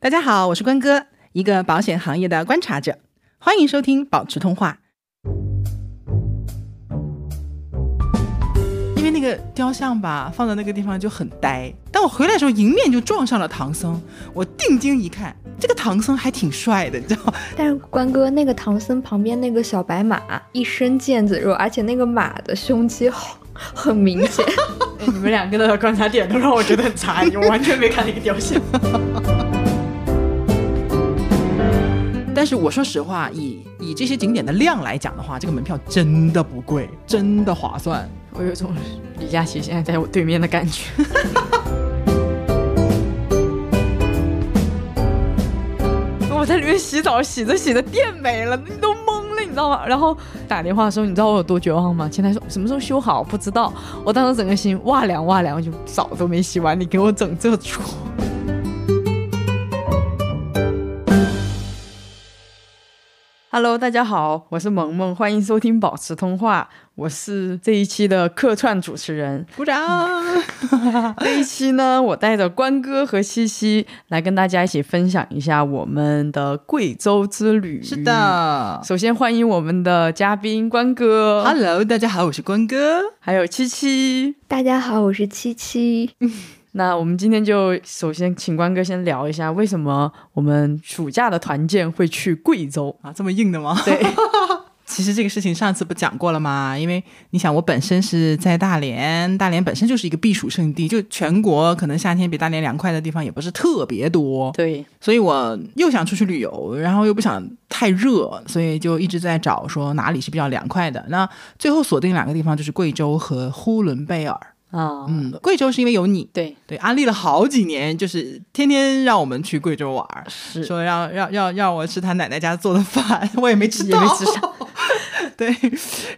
大家好，我是关哥，一个保险行业的观察者，欢迎收听保持通话。因为那个雕像吧，放在那个地方就很呆。但我回来的时候，迎面就撞上了唐僧。我定睛一看，这个唐僧还挺帅的，你知道吗？但是关哥那个唐僧旁边那个小白马一身腱子肉，而且那个马的胸肌好很明显。哎你们两个的观察点都让我觉得很诧异，我完全没看那个雕像。但是我说实话，以以这些景点的量来讲的话，这个门票真的不贵， 真的划算。我有种李佳琦现在在我对面的感 觉。我在里面洗澡，洗着洗着电没了，你都懵了，你知道吗？然后打电话的时候，你知道我有多绝望吗？前台说什么时候修好不知道，我当时整个心哇凉哇凉，我就澡都没洗完，你给我整这出。Hello，大家好，我是萌萌，欢迎收听保持通话，我是这一期的客串主持人。鼓掌！这一期呢， 我带着关哥和西西来跟大家一起分享一下我们的贵州之旅。是，的首先欢迎我们的嘉宾关哥，Hello，大家好，我是关哥。还有七七。 大家好，我是七七。那我们今天就首先请关哥先聊一下，为什么我们暑假的团建会去贵州？啊，这么硬的吗？ 对，其实这个事情上次不讲过了吗？因为你想，我本身是在大连，大连本身就是一个避暑胜地，就全国可能夏天比大连凉快的地方也不是特别多，对，所以我又想出去旅游，然后又不想太热，所以就一直在找说哪里是比较凉快的。那最后锁定两个地方就是贵州和呼伦贝尔。啊、嗯，贵州是因为有你，对，对，安利了好几年，就是天天让我们去贵州玩儿，是说让让让让我吃他奶奶家做的饭， 我也没吃也到，没吃上 对，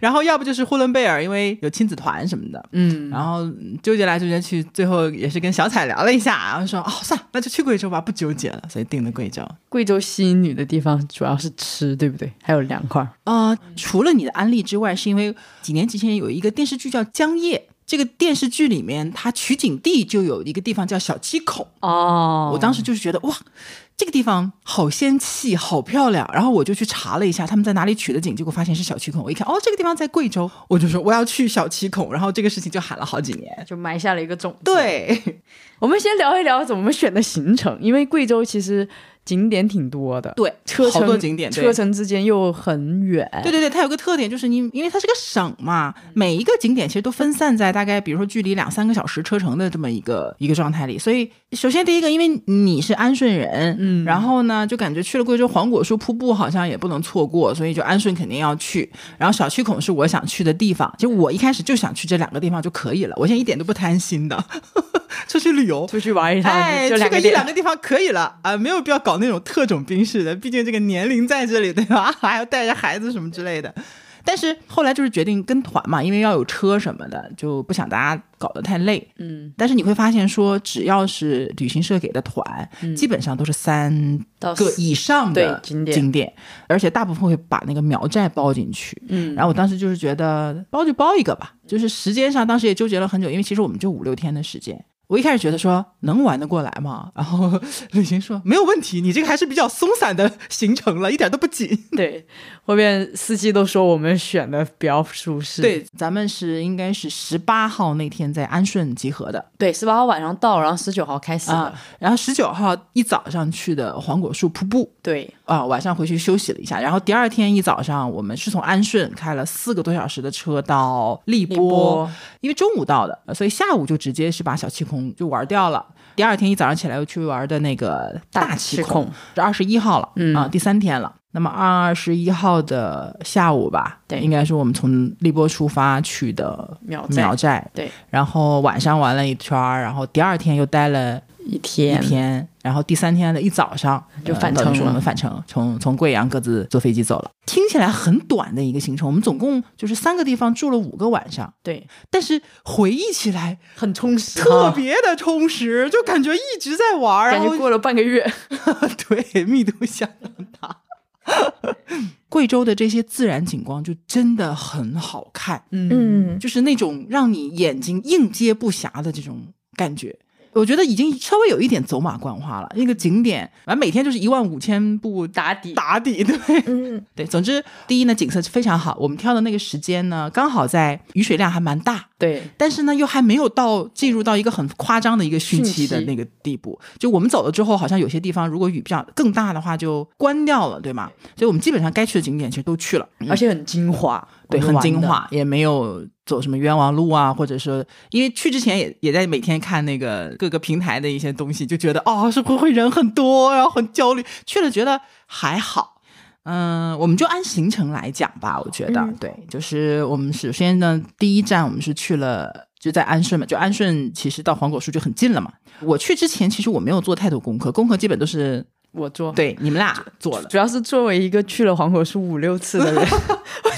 然后要不就是呼伦贝尔，因为有亲子团什么的，嗯，然后纠结来纠结去，最后也是跟小彩聊了一下，然后说哦，算了，那就去贵州吧，不纠结了，所以定的贵州。贵州吸引女的地方主要是吃，对不对？还有凉快儿，呃，除了你的安利之外，是因为几年之前有一个电视剧叫《江夜》，这个电视剧里面它取景地就有一个地方叫小七口，哦我当时就是觉得哇，这个地方好仙气，好漂亮。然后我就去查了一下他们在哪里取的景，结果发现是小七孔。我一看，哦，这个地方在贵州，我就说我要去小七孔。然后这个事情就喊了好几年。就埋下了一个种子。，对我们先聊一聊怎么选的行程，因为贵州其实景点挺多的，对，车程好多景点，对车程之间又很远，对对对，它有个特点就是你，因为它是个省嘛，每一个景点其实都分散在大概比如说距离两三个小时车程的这么一个一个状态里。所以，首先第一个，因为你是安顺人，嗯然后呢，就感觉去了贵州黄果树瀑布好像也不能错过，所以就安顺肯定要去。然后小区孔是我想去的地方，就我一开始就想去这两个地方就可以了，我现在一点都不贪心的， 出去旅游出去玩一趟、哎，就去两个个一点两个地方可以了啊、没有必要搞那种特种兵式的，毕竟这个年龄在这里，对吧？ 还要带着孩子什么之类的。但是后来就是决定跟团嘛，因为要有车什么的，就不想大家搞得太累。嗯，但是你会发现说，只要是旅行社给的团，嗯基本上都是三到个四以上的对景点景点，而且大部分会把那个苗寨包进去。嗯，然后我当时就是觉得包就包一个吧，就是时间上当时也纠结了很久，因为其实我们就五六天的时间。我一开始觉得说能玩得过来吗？然后 旅行说没有问题，你这个还是比较松散的行程了，一点都不紧。对，后面司机都说我们选的比较舒 适，对，咱们是应该是十八号那天在安顺集合的对，十八号晚上到，然后十九号开始的，啊，然后十九号一早上去的黄果树瀑布对，啊，晚上回去休息了一下，然后第二天一早上我们是从安顺开了四个多小时的车到荔宁波因为中午到的，呃所以下午就直接是把小气孔就玩掉了。第二天一早上起来又去玩的那个大气气孔，这二十一号了，嗯啊，第三天了。那么二十一号的下午吧，对应该是我们从荔波出发去的秒在苗寨，对，然后晚上玩了一圈儿，然后第二天又待了一一天，天，然后第三天的一早上就呃返等于程说我了们返程，从从贵阳各自坐飞机走了。听起来很短的一个行程，我们总共就是三个地方住了五个晚上。对，但是回忆起来很充实、特。别的充实，就感觉一直在玩儿，感啊然觉后过了半个月， 对密度相当大。 贵州的这些自然景观就真的很好看，嗯嗯，就是那种让你眼睛应接不暇的这种感觉。我觉得已经稍微有一点走马观花了。那个景点，反正每天就是一万五千步打底打底， 对嗯，对。总之，第一呢，景色非常好。我们挑的那个时间呢，刚好在雨水量还蛮大，对，但是呢，又还没有到进入到一个很夸张的一个汛期的那个地步。就我们走了之后，好像有些地方如果雨比较更大的话，就关掉了，对吗？所以我们基本上该去的景点其实都去了，而且很精华，对，我很们玩精的。华，也没有走什么冤枉路啊，或者说，因为去之前也也在每天看那个各个平台的一些东西，就觉得哦，是不会人很多，然后很焦虑。去了觉得还好。嗯，我们就按行程来讲吧，我觉得、嗯对，就是我们首先呢，第一站我们是去了。就在安顺嘛，就安顺其实到黄果树就很近了嘛。我去之前其实我没有做太多功课，功课基本都是我做，对你们俩做了。主要是作为一个去了黄果树五六次的人， 我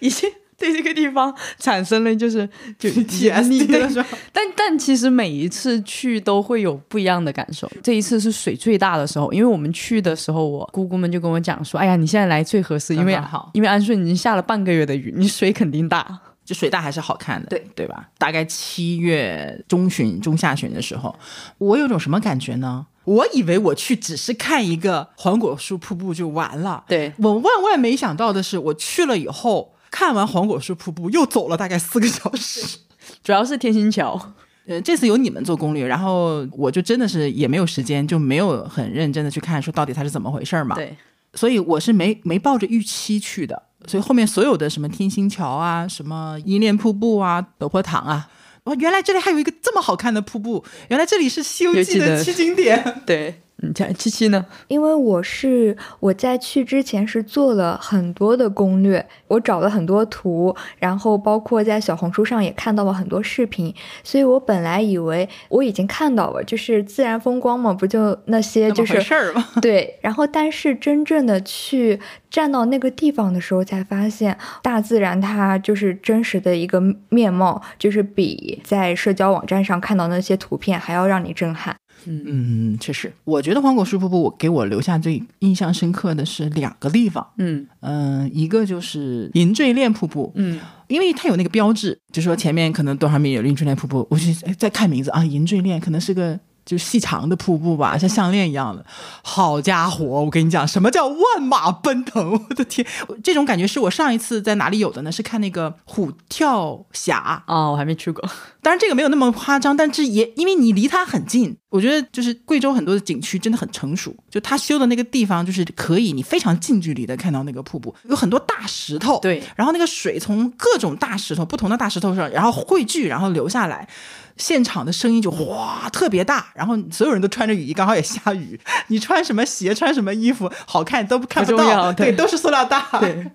已经对这个地方产生了就是就 TSD 对了是吧但但其实每一次去都会有不一样的感受。这一次是水最大的时候，因为我们去的时候，我姑姑们就跟我讲说：“哎呀，你现在来最合适，因为刚刚好因为安顺已经下了半个月的雨，你水肯定大。就水大还是好看的，对对吧？大概七月中旬、中下旬的时候，我有种什么感觉呢？我以为我去只是看一个黄果树瀑布就完了，对我万万没想到的是，我去了以后，看完黄果树瀑布又走了大概四个小时。” 主要是天心桥， 呃，这次有你们做攻略，然后我就真的是也没有时间，就没有很认真的去看说到底它是怎么回事儿嘛。对，所以我是没没抱着预期去的，所以后面所有的什么天星桥啊、什么银链瀑布啊、陡坡塘啊，哇，原来这里还有一个这么好看的瀑布，原来这里是《西游尤记其》的的七景 点。对，你看嗯七七呢？因为我是我在去之前是做了很多的攻略，我找了很多图，然后包括在小红书上也看到了很多视频，所以我本来以为我已经看到了，就是自然风光嘛，不就那些这么就回是事儿吗？对，然后但是真正的去站到那个地方的时候，才发现大自然它就是真实的一个面貌，就是比在社交网站上看到那些图片还要让你震撼。 嗯，确实，我觉得黄果树瀑布，我给我留下最印象深刻的是两个地方，嗯嗯、一个就是银坠链瀑布，嗯，因为它有那个标志，就说前面可能多少米有银坠链瀑布，我就哎再看名字啊，银坠链可能是个就细长的瀑布吧，像项链一样的。好家伙，我跟你讲，什么叫万马奔腾？我的天，我这种感觉是我上一次在哪里有的呢？是看那个虎跳峡，啊、我还没去过。当然这个没有那么夸张，但是也因为你离它很近，我觉得就是贵州很多的景区真的很成熟，就它修的那个地方就是可以你非常近距离的看到那个瀑布，有很多大石头，对然后那个水从各种大石头、不同的大石头上，然后汇聚，然后流下来。现场的声音就哗特别大，然后所有人都穿着雨衣，刚好也下雨，你穿什么鞋、穿什么衣服好看都看不不重到，要对，对都是塑料袋，对，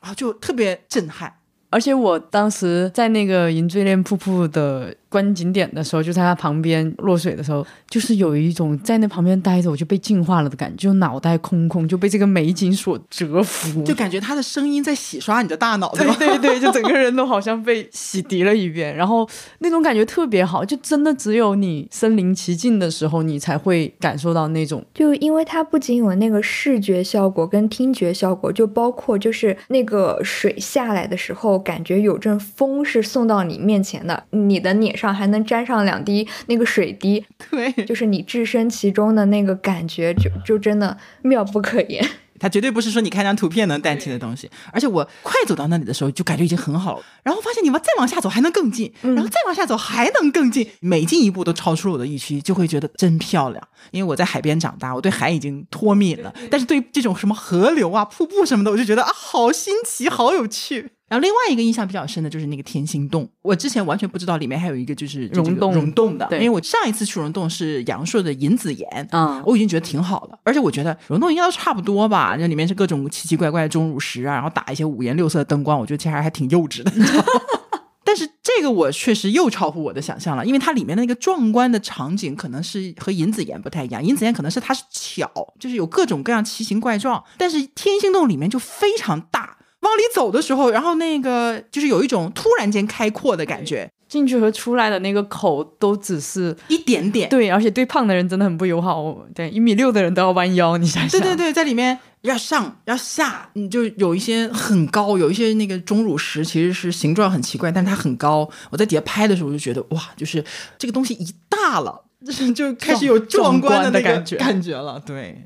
然后就特别震撼。而且我当时在那个银坠链瀑布的观景点的时候，就在它旁边落水的时候，就是有一种在那旁边待着我就被净化了的感觉，就脑袋空空，就被这个美景所折服。就感觉他的声音在洗刷你的大脑，对对吧？对对，就整个人都好像被洗涤了一遍，然后那种感觉特别好，就真的只有你身临其境的时候，你才会感受到那种就因为它不仅有那个视觉效果跟听觉效果，就包括就是那个水下来的时候，感觉有阵风是送到你面前的，你的脸上还能沾上两滴那个水滴， 对，就是你置身其中的那个感觉就，就真的妙不可言。它绝对不是说你看张图片能代替的东西。而且我快走到那里的时候，就感觉已经很好了，然后发现你们再往下走还能更近，然后再往下走还能更近，每进一步都超出了我的预期，就会觉得真漂亮。因为我在海边长大，我对海已经脱敏了，但是对这种什么河流啊、瀑布什么的，我就觉得啊，好新奇，好有趣。然后另外一个印象比较深的就是那个天心洞，我之前完全不知道里面还有一个就是这个溶洞溶洞的，因对为我上一次去溶洞是阳朔的银子岩，啊、我已经觉得挺好了，而且我觉得溶洞应该都差不多吧，那里面是各种奇奇怪怪的钟乳石啊，然后打一些五颜六色的灯光，我觉得其实还挺幼稚的。你知道吗 但是这个我确实又超乎我的想象了，因为它里面的那个壮观的场景可能是和银子岩不太一样，银子岩可能是它是巧，就是有各种各样奇形怪状，但是天星洞里面就非常大。往里走的时候，然后那个就是有一种突然间开阔的感觉，进去和出来的那个口都只是一点点，对，而且对胖的人真的很不友好。对，一米六的人都要弯腰，你想对想。对对，在里面要上要下，你就有一些很高，有一些那个钟乳石其实是形状很奇怪，但是它很高。我在底下拍的时候，我就觉得哇，就是这个东西一旦大了， 就是就开始有壮观观那的个感觉感觉 了。对，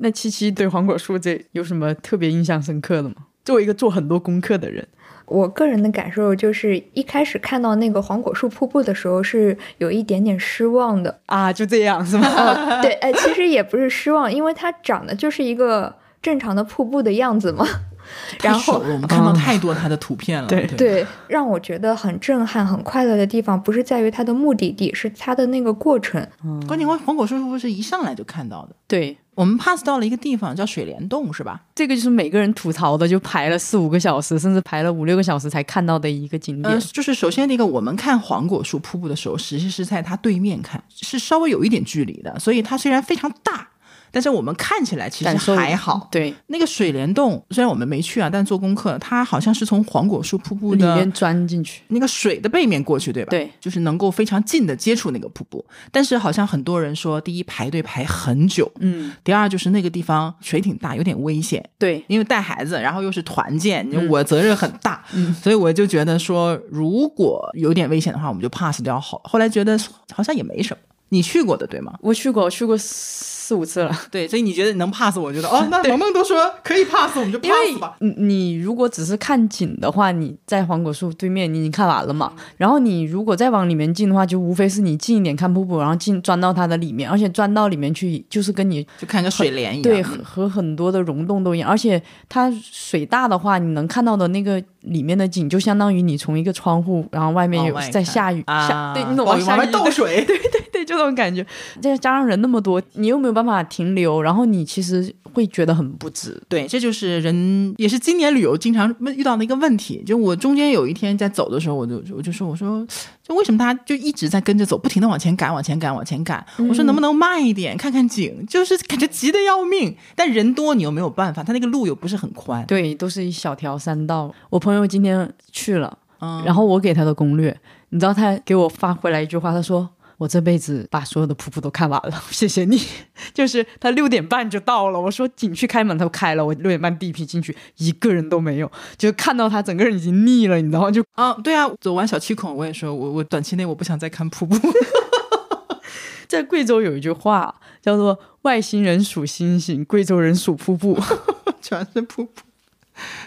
那七七对黄果树这有什么特别印象深刻的吗？作为一个做很多功课的人，我个人的感受就是，一开始看到那个黄果树瀑布的时候，是有一点点失望 的。啊，就这样是 吗？呃，对，哎，其实也不是失望，因为它长得就是一个正常的瀑布的样子嘛。然太熟后了，我们看到嗯太多它的图片了。对对，对，让我觉得很震撼、很快乐的地方，不是在于它的目的地，是它的那个过程。嗯关键黄黄果树是不是一上来就看到的？对，我们 pass 到了一个地方叫水帘洞，是吧？这个就是每个人吐槽的，就排了四五个小时，甚至排了五六个小时才看到的一个景点。呃，就是首先那个，我们看黄果树瀑布的时候，实际是在它对面看，是稍微有一点距离的，所以它虽然非常大，但是我们看起来其感实受嗯还好。对，那个水帘洞虽然我们没去啊，但做功课，它好像是从黄果树瀑布里的面钻进去，那个水的背面过去，对吧？对，就是能够非常近的接触那个瀑布。但是好像很多人说，第一排队排很久，嗯，第二就是那个地方水挺大，有点危险。对，因为带孩子，然后又是团建，我责任很大， 所以我就觉得说，如果有点危险的话，我们就 pass 掉好。后来觉得好像也没什么。你去过的对吗？我去过，我去过四五次了。对，所以你觉得能 pass，我觉得 哦，那萌萌都说可以 pass，我们就因为 pass 吧。 你你如果只是看景的话，你在黄果树对面你已经看完了嘛。然后你如果再往里面进的话，就无非是你近一点看瀑布，然后进钻到它的里面，而且钻到里面去就是跟你就看个水帘一样，对和和很多的溶洞都一样，而且它水大的话，你能看到的那个里面的景，就相当于你从一个窗户，然后外面往有外在看下雨，啊，下对你懂吗？ 往下外雨倒对水，对， 对，就这种感觉。再加上人那么多，你又没有办法停留，然后你其实会觉得很不值。对，这就是人，也是今年旅游经常问遇到的一个问题。就我中间有一天在走的时候，我就我就说，我说，就为什么大家就一直在跟着走，不停的往前赶，往前赶，往前赶？我嗯说能不能慢一点，看看景？就是感觉急得要命，但人多你又没有办法，他那个路又不是很宽。对，都是一小条山道。我朋友今天去了，嗯，然后我给他的攻略，你知道他给我发回来一句话，他说。我这辈子把所有的瀑布都看完了， 谢谢你。就是他六点半就到了，我说景区开门，他就开了。我六点半第一批进去，一个人都没有，就看到他整个人已经腻了，你知道吗？就啊，对啊，走完小七孔，我也说我我短期内我不想再看瀑布。 在贵州有一句话叫做“外星人数星星，贵州人数瀑布”。全是瀑布。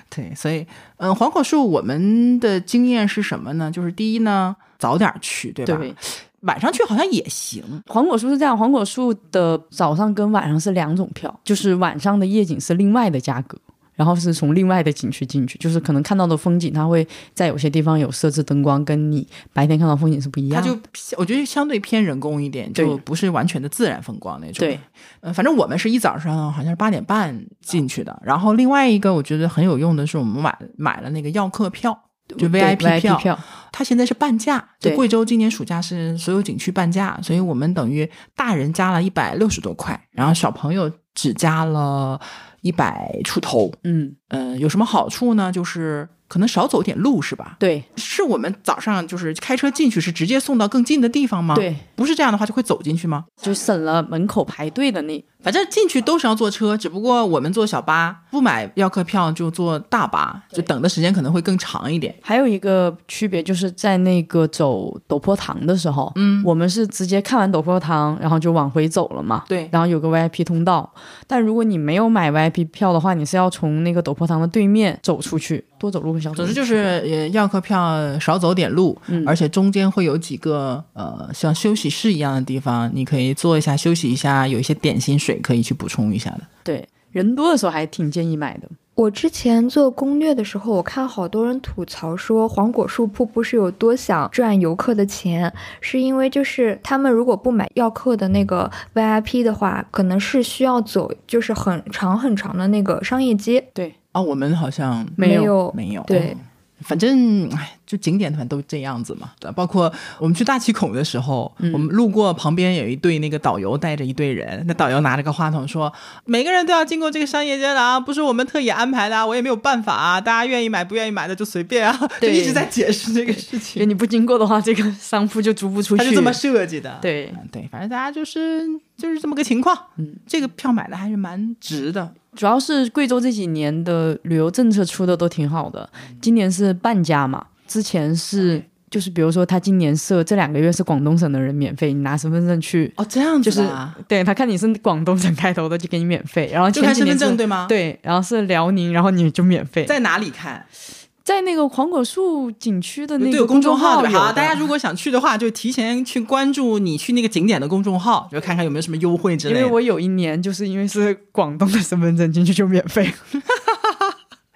对，所以，嗯，黄果树我们的经验是什么呢？就是第一呢，早点去，对吧？对晚上去好像也行，黄果树是这样，黄果树的早上跟晚上是两种票，就是晚上的夜景是另外的价格，然后是从另外的景区进去，就是可能看到的风景，它会在有些地方有设置灯光，跟你白天看到风景是不一它样的。就我觉得相对偏人工一点，对就不是完全的自然风光那种。对，呃，反正我们是一早上好像是八点半进去的，然后另外一个我觉得很有用的是我们买买了那个要客票。就对 VIP 票，它现在是半价。就对贵州今年暑假是所有景区半价，所以我们等于大人加了一百六十多块，然后小朋友只加了一百出头。嗯，嗯、有什么好处呢？就是可能少走点路，是吧？对是我们早上就是开车进去，是直接送到更近的地方吗？，对，不是这样的话就会走进去吗？就省了门口排队的那反正进去都是要坐车，只不过我们坐小巴，不买要客票就坐大巴，就等的时间可能会更长一点。还有一个区别就是在那个走陡坡塘的时候，嗯，我们是直接看完陡坡塘，然后就往回走了嘛。对然后有个 VIP 通道，但如果你没有买 VIP 票的话，你是要从那个陡坡塘的对面走出去，多走路个小走总路之就是，呃，要客票少走点路，嗯而且中间会有几个呃像休息室一样的地方，你可以坐一下休息一下，有一些点心水可以去补充一下的。对人多的时候还挺建议买的。我之前做攻略的时候，我看好多人吐槽说黄果树瀑布是有多想赚游客的钱，是因为就是他们如果不买要客的那个 VIP 的话，可能是需要走就是很长很长的那个商业街。对，啊，我们好像没有嗯有没有对，反正哎，就景点团都这样子嘛。对吧，包括我们去大七孔的时候，我们路过旁边有一队那个导游带着一队人，那导游拿着个话筒说：“每个人都要经过这个商业街的啊，不是我们特意安排的、啊，我也没有办法啊，大家愿意买不愿意买的就随便啊。” 就对一直在解释这个事因为情，你不经过的话，这个商铺就足不出去。他是这么设计的。对，嗯，对，反正大家就是就是这么个情况。嗯，这个票买的还是蛮值的。主要是贵州这几嗯年的旅游政策出的都挺好的，今年是半价嘛，之前是就是比如说他今年设这两个月是广东省的人免费，你拿身份证去，哦，这样就子是啊对他看你是广东省开头的就给你免费，然后就看前身几年份证是对吗？，对，然后是辽宁，然后你就免费。在哪里看？在那个黄果树景区的那对，个有公众众号对有吧？好，大家的如果想去的话，就提前去关注你去那个景点的公众号，就看看有没有什么优惠之因类为的。我有一年就是因为是广东的身份证进去就免费，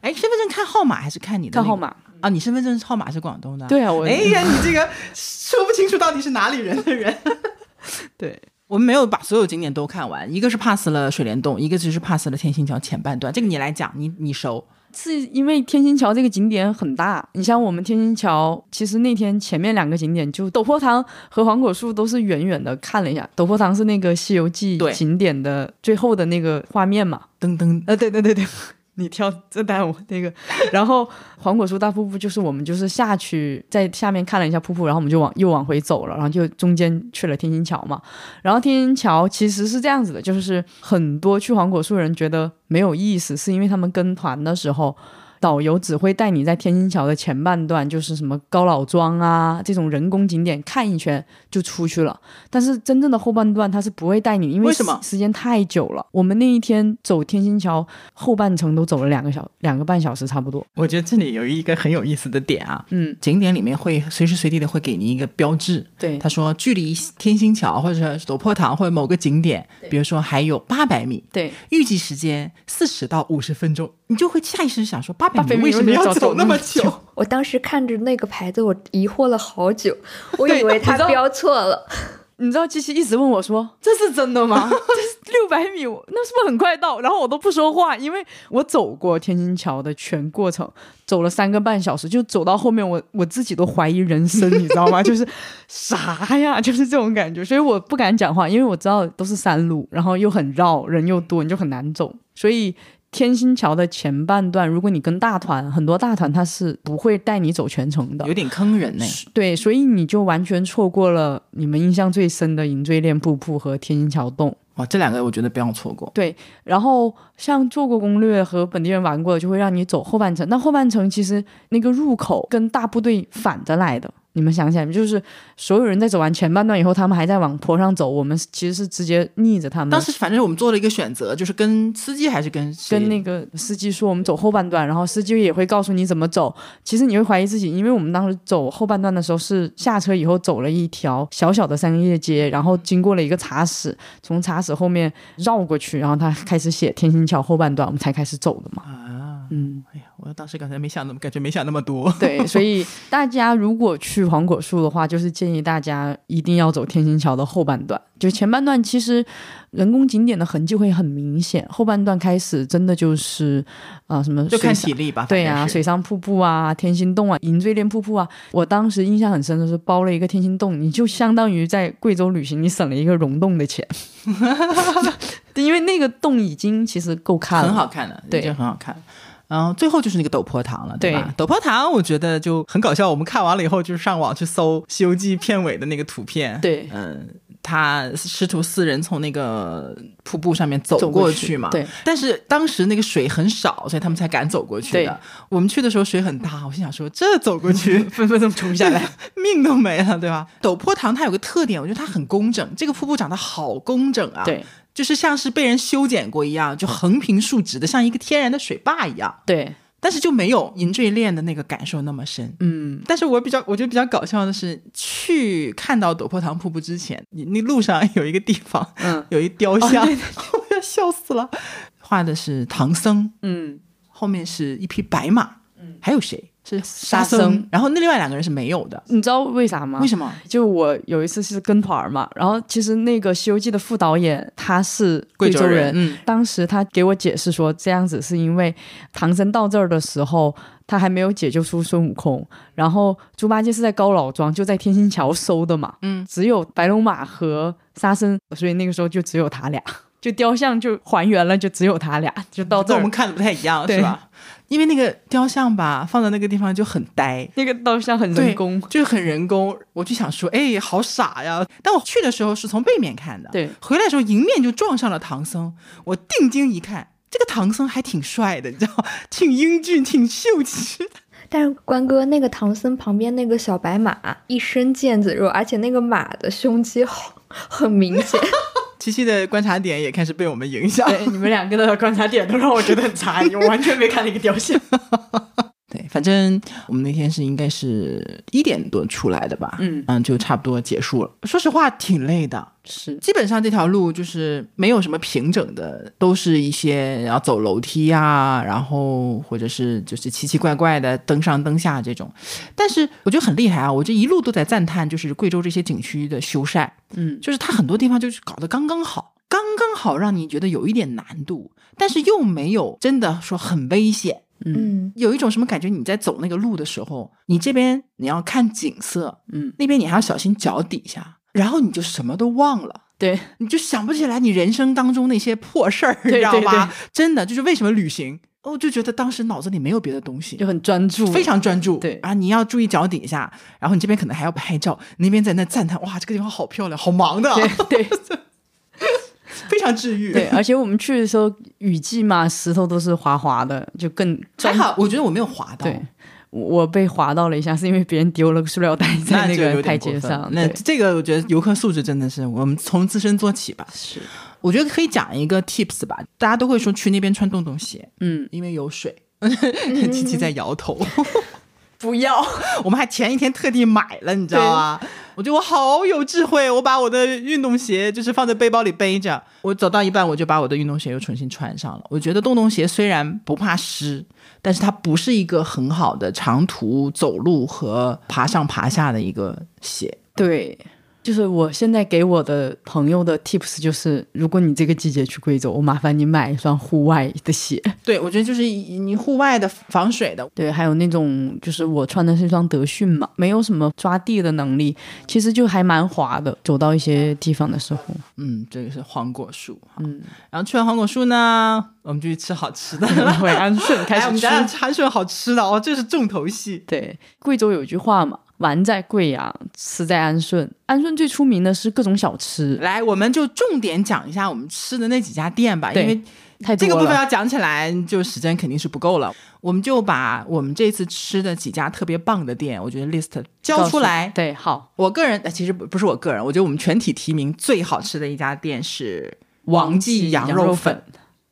哎，身份证看号码还是 看你的、看号码。啊？你身份证号码是广东的？。对啊，我哎呀，你这个说不清楚到底是哪里人的 人。对我们没有把所有景点都看完，一个是 pass 了水帘洞，一个只是 pass 了天星桥前半段。这个你来讲，你你熟。是因为天星桥这个景点很大，你像我们天星桥，其实那天前面两个景点就陡坡塘和黄果树都是远远的看了一下，陡坡塘是那个《西游记对》景点的最后的那个画面嘛，噔噔，呃，对对对对， 你挑这带我那个，然后黄果树大瀑布就是我们就是下去在下面看了一下瀑布，然后我们就往又往回走了，然后就中间去了天星桥嘛。然后天星桥其实是这样子的，就是很多去黄果树的人觉得没有意思，是因为他们跟团的时候。导游只会带你在天星桥的前半段，就是什么高老庄啊这种人工景点看一圈就出去了。但是真正的后半段他是不会带你，因为为什么时时间太久了？我们那一天走天星桥后半程都走了两个小两个半小时差不多。我觉得这里有一个很有意思的点啊，嗯，景点里面会随时随地的会给你一个标志，对他说距离天星桥或者是陡坡塘或者某个景点，比如说还有八百米，对，预计时间四十到五十分钟，你就会下意识地想说八百800米米为什么为什么要要走走那那么么久？我当时看着那个牌子，我疑惑了好久，我对以为他你知道标错了。你知道机器一直问我说：“这是真的吗？这 六百米，我那是不是很快到？”然后我都不说话，因为我走过天星桥的全过程，走了三个半小时，就走到后面我我自己都怀疑人生，你知道 吗？就是啥呀， 就是这种感觉，所以我不敢讲话，因为我知道都是山路，然后又很绕，人又多，你就很难走，所以。天星桥的前半段，如果你跟大团，很多大团他是不会带你走全程 的，有点坑人呢、对，所以你就完全错过了你们印象最深的银锥恋瀑布和天星桥洞。哇，这两个我觉得不要错过。然后像做过攻略和本地人玩过的，就会让你走后半程。那后半程其实那个入口跟大部队反着来的。你们想想，就是所有人在走完前半段以后，他们还在往坡上走，我们其实是直接逆着他们当。时反正我们做了一个选择，就是跟司机还是跟谁跟那个司机说我们走后半段，然后司机也会告诉你怎么走。其实你会怀疑自己，因为我们当时走后半段的时候是下车以后走了一条小小的商业街，然后经过了一个茶室，从茶室后面绕过去，然后他开始写天星桥后半段，我们才开始走的嘛。啊，嗯，哎呀，我当时刚才没想那么，感觉没想那么多。对，所以大家如果去黄果树的话，就是建议大家一定要走天星桥的后半段。就前半段其实人工景点的痕迹会很明显，后半段开始真的就是啊、呃什么就看水上体力吧，对呀、啊，水上瀑布啊，天心洞啊，银锥恋瀑布啊，我当时印象很深的是包了一个天心洞，你就相当于在贵州旅行，你省了一个溶洞的钱， 对因为那个洞已经其实够看了，很好看的，啊对已经很好看。然后最后就是那个陡坡塘了，对吧？陡坡塘我觉得就很搞笑，我们看完了以后就是上网去搜《西游记》片尾的那个图片，，对，嗯，他师徒四人从那个瀑布上面走走过过去嘛，对。但是当时那个水很少，所以他们才敢走过去的对。我们去的时候水很大，我心想说这走过 去分分钟冲下来，命都没了，对吧？陡坡塘它有个特点，我觉得它很工整，这个瀑布长得好工整啊，，对就是像是被人修剪过一样，就横平竖直的，像一个天然的水坝一样。对，但是就没有银坠恋的那个感受那么深。嗯，但是我比较，我觉得比较搞笑的是，去看到陡坡塘瀑布之前，你那路上有一个地方， 嗯，有一雕像，哦对 我要笑死了，画的是唐僧，嗯，后面是一匹白马，嗯，还有谁是沙沙僧啊然后那另外两个人是没有的，你知道为啥吗？为什么？就我有一次是跟团儿嘛，然后其实那个《西游记》的副导演他是贵州人，嗯，当时他给我解释说，这样子是因为唐僧到这儿的时候，他还没有解救出孙悟空，然后猪八戒是在高老庄，就在天星桥收的嘛，嗯，只有白龙马和沙僧，所以那个时候就只有他俩，就雕像就还原了，就只有他俩，就到这跟我儿们。看的不太一样，对是吧？因为那个雕像吧，放在那个地方就很呆，那个雕像很人工，就是很人工。我就想说，哎，好傻呀！但我去的时候是从背面看的，对回来的时候迎面就撞上了唐僧。我 定睛一看，这个唐僧还挺帅的，你知道，挺英俊，挺秀气的。 但是关哥那个唐僧旁边那个小白马一身腱子肉，而且那个马的胸肌好很明 显。七七的观察点也开始被我们影响。对， 你们两个的观察点都让我觉得很诧异，我完全没看那个雕像。对，反正我们那天是应该是一点多出来的吧，嗯 嗯，就差不多结束了。说实话，挺累的，是，基本上这条路就是没有什么平整的，都是一些然后走楼梯啊，然后或者是就是奇奇怪怪的登上登下这种。但是我觉得很厉害啊，我这一路都在赞叹，就是贵州这些景区的修缮，嗯，就是它很多地方就是搞得刚刚好，刚刚好让你觉得有一点难度，但是又没有真的说很危险。嗯，有一种什么感觉？你在走那个路的时候，你这边你要看景色，嗯，那边你还要小心脚底下，然后你就什么都忘了。对，你就想不起来你人生当中那些破事儿，你对知道对吧？真的就是为什么旅行，我就觉得当时脑子里没有别的东西就，很专注，非常专注。对啊，你要注意脚底下，然后你这边可能还要拍照，你那边在那赞叹哇，这个地方好漂亮，好忙的，对对非常治愈。 对，，而且我们去的时候雨季嘛，石头都是滑滑的，就更还专。好，我觉得我没有滑到。对，我我被滑到了一下，是因为别人丢了个塑料袋在那就个有点台过阶分上。那对这个我觉得游客素质真的是，我们从自身做起吧。是，我觉得可以讲一个 tips 吧，大家都会说去那边穿洞洞鞋，嗯，因为有水。琪琪在摇头。 不要， 我们还前一天特地买了，你知道吗？我觉得我好有智慧，我把我的运动鞋就是放在背包里背着，我走到一半我就把我的运动鞋又重新穿上了。我觉得洞洞鞋虽然不怕湿，但是它不是一个很好的长途走路和爬上爬下的一个鞋。对。就是我现在给我的朋友的 tips 就是，如果你这个季节去贵州，我麻烦你买一双户外的鞋。 对，我觉得就是你户外的防水的，对，还有那种就是我穿的是一双德训嘛，没有什么抓地的能力，其实就还蛮滑的。走到一些地方的时 候，嗯，这个是黄果树。嗯，然后去完黄果树呢，我们就去吃好吃的了。会安顺开哎，我始们吃。家的安顺好吃的哦，这是重头戏。对，贵州有一句话嘛，玩在贵阳，吃在安顺。安顺最出名的是各种小吃， 来，我们就重点讲一下我们吃的那几家店吧，对因为太这多个了。部分要讲起来，就时间肯定是不够了。我们就把我们这次吃的几家特别棒的店，我觉得 list 告交诉出来。对，好，我个人呃其实不不是我个人，我觉得我们全体提名最好吃的一家店是记羊羊肉粉。粉，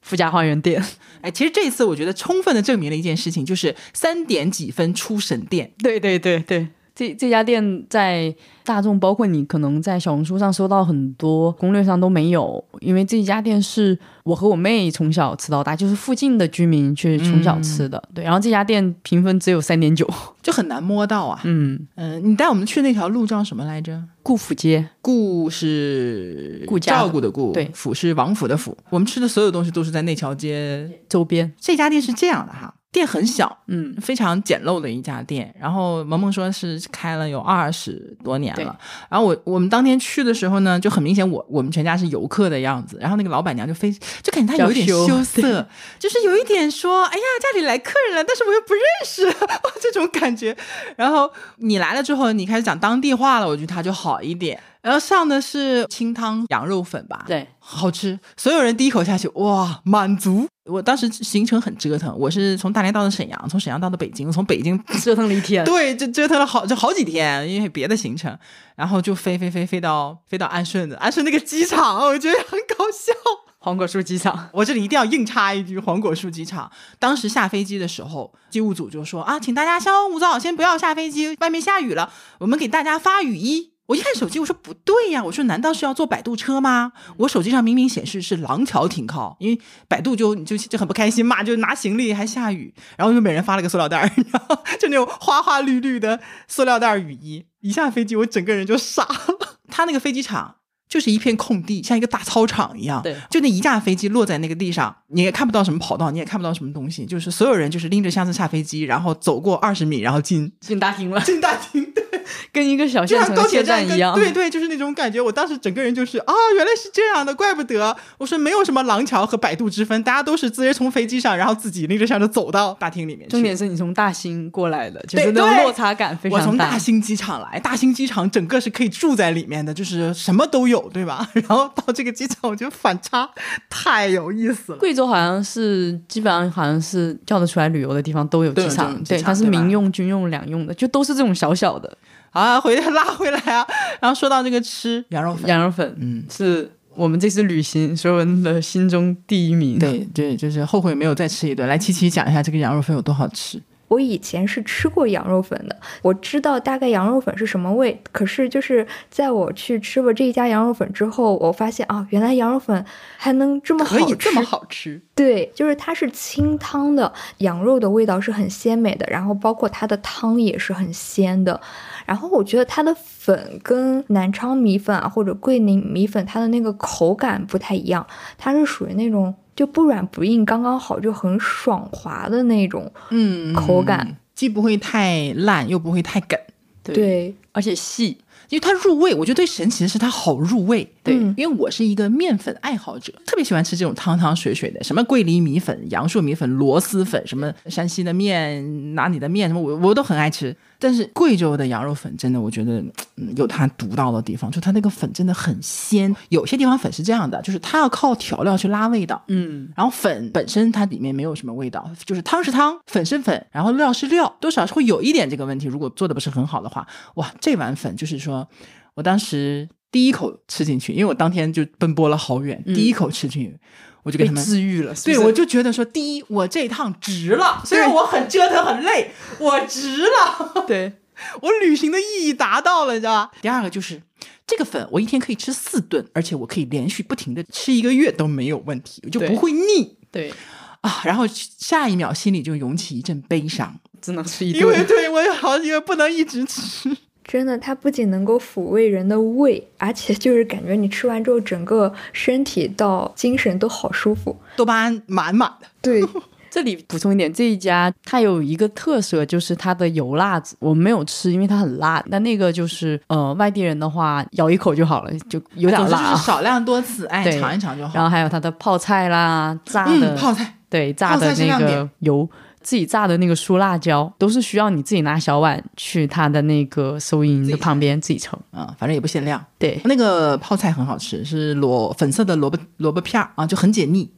富家花园店。哎，其实这次我觉得充分的证明了一件事情，就是三点几分出神店。 对对对对，这这家店在大众，包括你可能在小红书上搜到很多攻略上都没有，因为这家店是我和我妹从小吃到大，就是附近的居民去从小吃嗯的。对，然后这家店评分只有三点九。就很难摸到啊。嗯，嗯、你带我们去那条路叫什么来着？顾府街，顾是顾家照顾的顾，对府是王府的府。我们吃的所有东西都是在那条街周边，这家店是这样的哈，店很小，嗯，非常简陋的一家店。然后萌萌说是开了有二十多年对了。然后我我们当天去的时候呢，就很明显我我们全家是游客的样子。然后那个老板娘就非就感觉她有一点比较羞羞 涩，就是有一点说，哎呀，家里来客人了，但是我又不认识这种感觉。然后你来了之后，你开始讲当地话了，我觉得她就好一点。然后上的是清汤羊肉粉吧，对，好吃，所有人第一口下去，哇，满足！我当时行程很折腾，我是从大连到的沈阳，从沈阳到的北京，从北京折腾了一天。对，就折腾了好就好几天，因为别的行程，然后就飞飞飞飞到飞到安顺的安顺那个机场，我觉得很搞笑。黄果树机 场，我这里一定要硬插一句，黄果树机场，当时下飞机的时候，机务组就说啊，请大家稍安勿躁，先不要下飞机，外面下雨了，我们给大家发雨衣。我一看手机，我说不对呀、我说难道是要坐摆渡车吗？我手机上明明显示是廊桥停靠，因为摆渡就就就很不开心嘛，就拿行李还下雨，然后就每人发了个塑料袋儿， 然后就那种花花绿绿的塑料袋儿雨衣。一下飞机，我整个人就傻了。他那个飞机场就是一片空地，像一个大操场一样。对就那一架飞机落在那个地上，你也看不到什么跑道，你也看不到什么东西，就是所有人就是拎着箱子下飞机，然后走过二十米，然后进进大厅了。进大厅。对，跟一个小就县像城高的铁车站站跟一样。对对，就是那种感觉。我当时整个人就是啊，原来是这样的，怪不得我说没有什么廊桥和摆渡之分，大家都是直接从飞机上，然后自己拎着箱子走到大厅里面去。重点是你从大兴过来的，就对是那种对落差感非我常从大大。兴机场来，大兴机场整个是可以住在里面的，就是什么都有，对吧？ 然后到这个机场，我觉得反差太有意思了。贵州好像是基本上好像是叫得出来旅游的地方都有都机有这场，种机对，场它是对吧民用、军用两用的，就都是这种小小的好啊，回拉回来啊，然后说到这个吃羊肉粉，羊肉粉，嗯，是我们这次旅行所有人的心中第一名。，对对，就是后悔没有再吃一顿。来，琪琪讲一下这个羊肉粉有多好吃。我以前是吃过羊肉粉的，我知道大概羊肉粉是什么味。可是就是在我去吃过这一家羊肉粉之后，我发现啊，原来羊肉粉还能这么好可吃，以这么好吃，对，就是它是清汤的，羊肉的味道是很鲜美的，然后包括它的汤也是很鲜的。然后我觉得它的粉跟南昌米粉啊或者桂林米粉，它的那个口感不太一样，它是属于那种就不软不硬，刚刚好，就很爽滑的那种。嗯口感既不会太烂，又不会太梗，对对，而且细，因为它入味。我觉得最神奇的是它好入味。对嗯因为我是一个面粉爱好者，特别喜欢吃这种汤汤水水的，什么桂林米粉、阳朔米粉、螺蛳粉，什么山西的面、哪里的面，什么我我都很爱吃。但是贵州的羊肉粉真的，我觉得、嗯、有它独到的地方，就它那个粉真的很鲜。有些地方粉是这样的，就是它要靠调料去拉味道，嗯，然后粉本身它里面没有什么味道，就是汤是汤，粉是粉，然后料是料，多少会有一点这个问题。如果做的不是很好的话，哇，这碗粉就是说，我当时第一口吃进去，因为我当天就奔波了好远，嗯第一口吃进去，我就给被他们。治愈了。是不对，是我就觉得说，第一，我这一趟值了，虽然我很折腾很累，我值了， 对我旅行的意义达到了，你知道吧？第二个就是这个粉，我一天可以吃四顿，而且我可以连续不停的吃一个月都没有问题，我就对不会腻。对，啊，然后下一秒心里就涌起一阵悲伤，只能吃一因为顿。对我有好几个不能一直吃。真的，它不仅能够抚慰人的胃，而且就是感觉你吃完之后，整个身体到精神都好舒服。 多巴胺满满的，对，这里补充一点，这一家它有一个特色，就是它的油辣子，我没有吃，因为它很辣。那那个就是呃，外地人的话咬一口就好了，就有点辣、总之就啊是。少量多 次，哎，对尝一尝就好。然后还有它的泡菜啦，炸的、嗯，泡菜，对炸泡的菜是那亮个点油，自己炸的那个酥辣椒，都是需要你自己拿小碗去它的那个收银的旁边自己盛。嗯，反正也不限量。对，那个泡菜很好吃，是萝粉色的萝卜萝卜片儿啊，就很解腻。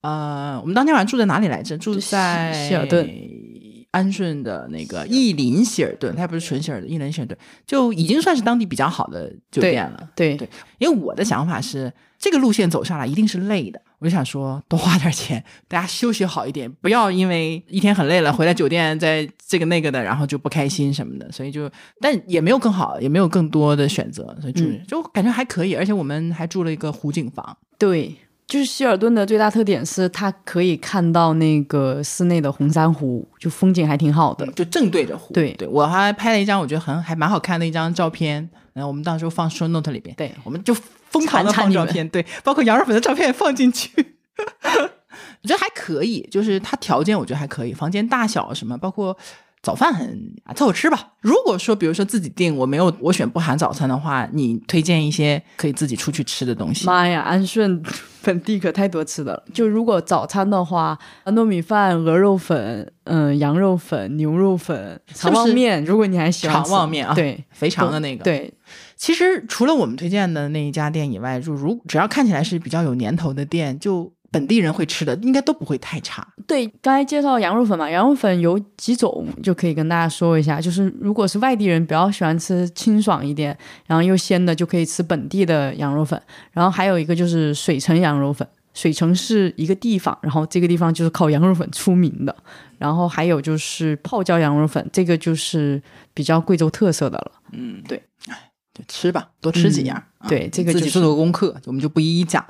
呃，我们当天晚上住在哪里来着？住在希尔顿。安顺的那个意林希尔顿，它不是纯希尔顿，意林希尔顿就已经算是当地比较好的酒对店了。对对因为我的想法是，这个路线走下来一定是累的，我就想说多花点钱，大家休息好一点，不要因为一天很累了回来酒店再这个那个的，然后就不开心什么的。所以就，但也没有更好，也没有更多的选择，所以住、嗯就感觉还可以。而且我们还住了一个湖景房，对，就是希尔顿的最大特点是它可以看到那个室内的红珊瑚，就风景还挺好的。嗯就正对着湖。对对我还拍了一张我觉得很还蛮好看的一张照片，然后我们到时候放 show note 里边。对我们就疯狂的馋放你照们片，对，包括羊肉粉的照片也放进 去。我觉得还可以，就是它条件我觉得还可以，房间大小什么，包括早饭很啊凑合吃吧。如果说比如说自己订，我没有我选不含早餐的话，你推荐一些可以自己出去吃的东西。妈呀，安顺本地可太多吃的了。就如果早餐的话，糯米饭、鹅肉粉、嗯、羊肉粉、牛肉粉、不肠是旺面，如果你还喜欢吃肠旺面啊对，肥肠的那个，，对，其实除了我们推荐的那一家店以外，就如只要看起来是比较有年头的店，就本地人会吃的，应该都不会太差。对，刚才介绍羊肉粉嘛，羊肉粉有几种，就可以跟大家说一下。就是如果是外地人比较喜欢吃清爽一点，然后又鲜的，就可以吃本地的羊肉粉。然后还有一个就是水城羊肉粉，水城是一个地方，然后这个地方就是靠羊肉粉出名的。然后还有就是泡椒羊肉粉，这个就是比较贵州特色的了。嗯，对，就吃吧，多吃几样。嗯对啊这个自就己是做做功课，我们就不一一讲。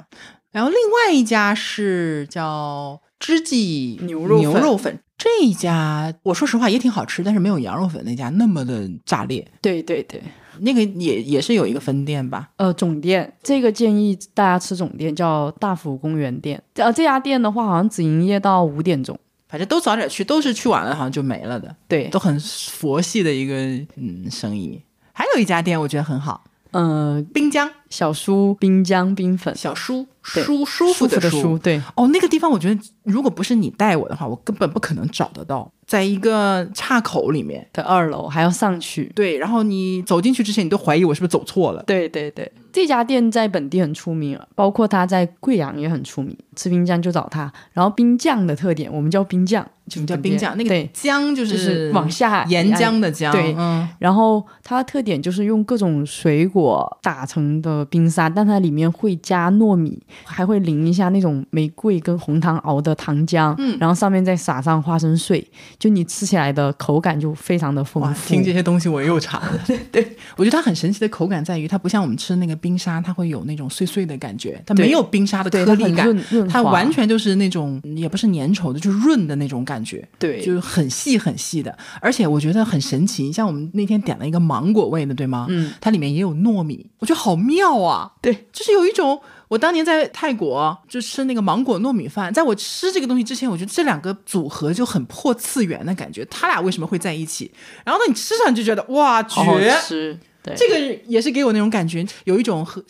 然后另外一家是叫知记牛肉牛粉肉粉这一家，我说实话也挺好吃，但是没有羊肉粉那家那么的炸裂。对对对，那个也也是有一个分店吧，呃，总店这个建议大家吃总店，叫大福公园店。呃，这家店的话，好像只营业到五点钟。反正都早点去，都是去晚了好像就没了的，对，都很佛系的一个嗯生意。还有一家店我觉得很好，呃，滨江小苏滨江冰粉，小舒对舒舒服的舒舒，对，哦，那个地方我觉得如果不是你带我的话，我根本不可能找得到，在一个岔口里面。的二楼还要上去。对，然后你走进去之前，你都怀疑我是不是走错了。对对对，这家店在本地很出名，包括它在贵阳也很出名。吃冰酱就找它，然后冰酱的特点，我们叫冰酱，就什么叫本地滨江？那个对，江就就是往下沿江的江，对嗯，然后它的特点就是用各种水果打成的冰沙，但它里面会加糯米，还会淋一下那种玫瑰跟红糖熬的糖浆，嗯然后上面再撒上花生碎，就你吃起来的口感就非常的丰哇，富。听这些东西我又馋 了。对对，我觉得它很神奇的口感在于，它不像我们吃那个冰沙，它会有那种碎碎的感觉，它对没有冰沙的对，颗它粒很感，润润它滑完全就是那种嗯也不是粘稠的，就是润的那种感觉，对，就是很细很细的。而且我觉得很神奇，像我们那天点了一个芒果味的，对吗？嗯，它里面也有糯米，我觉得好妙啊！对，就是有一种我当年在泰国就吃那个芒果糯米饭，在我吃这个东西之前，我觉得这两个组合就很破次元的感觉，它俩为什么会在一起？然后呢，你吃上就觉得哇，绝！好好吃。对，这个也是给我那种感觉，有一种和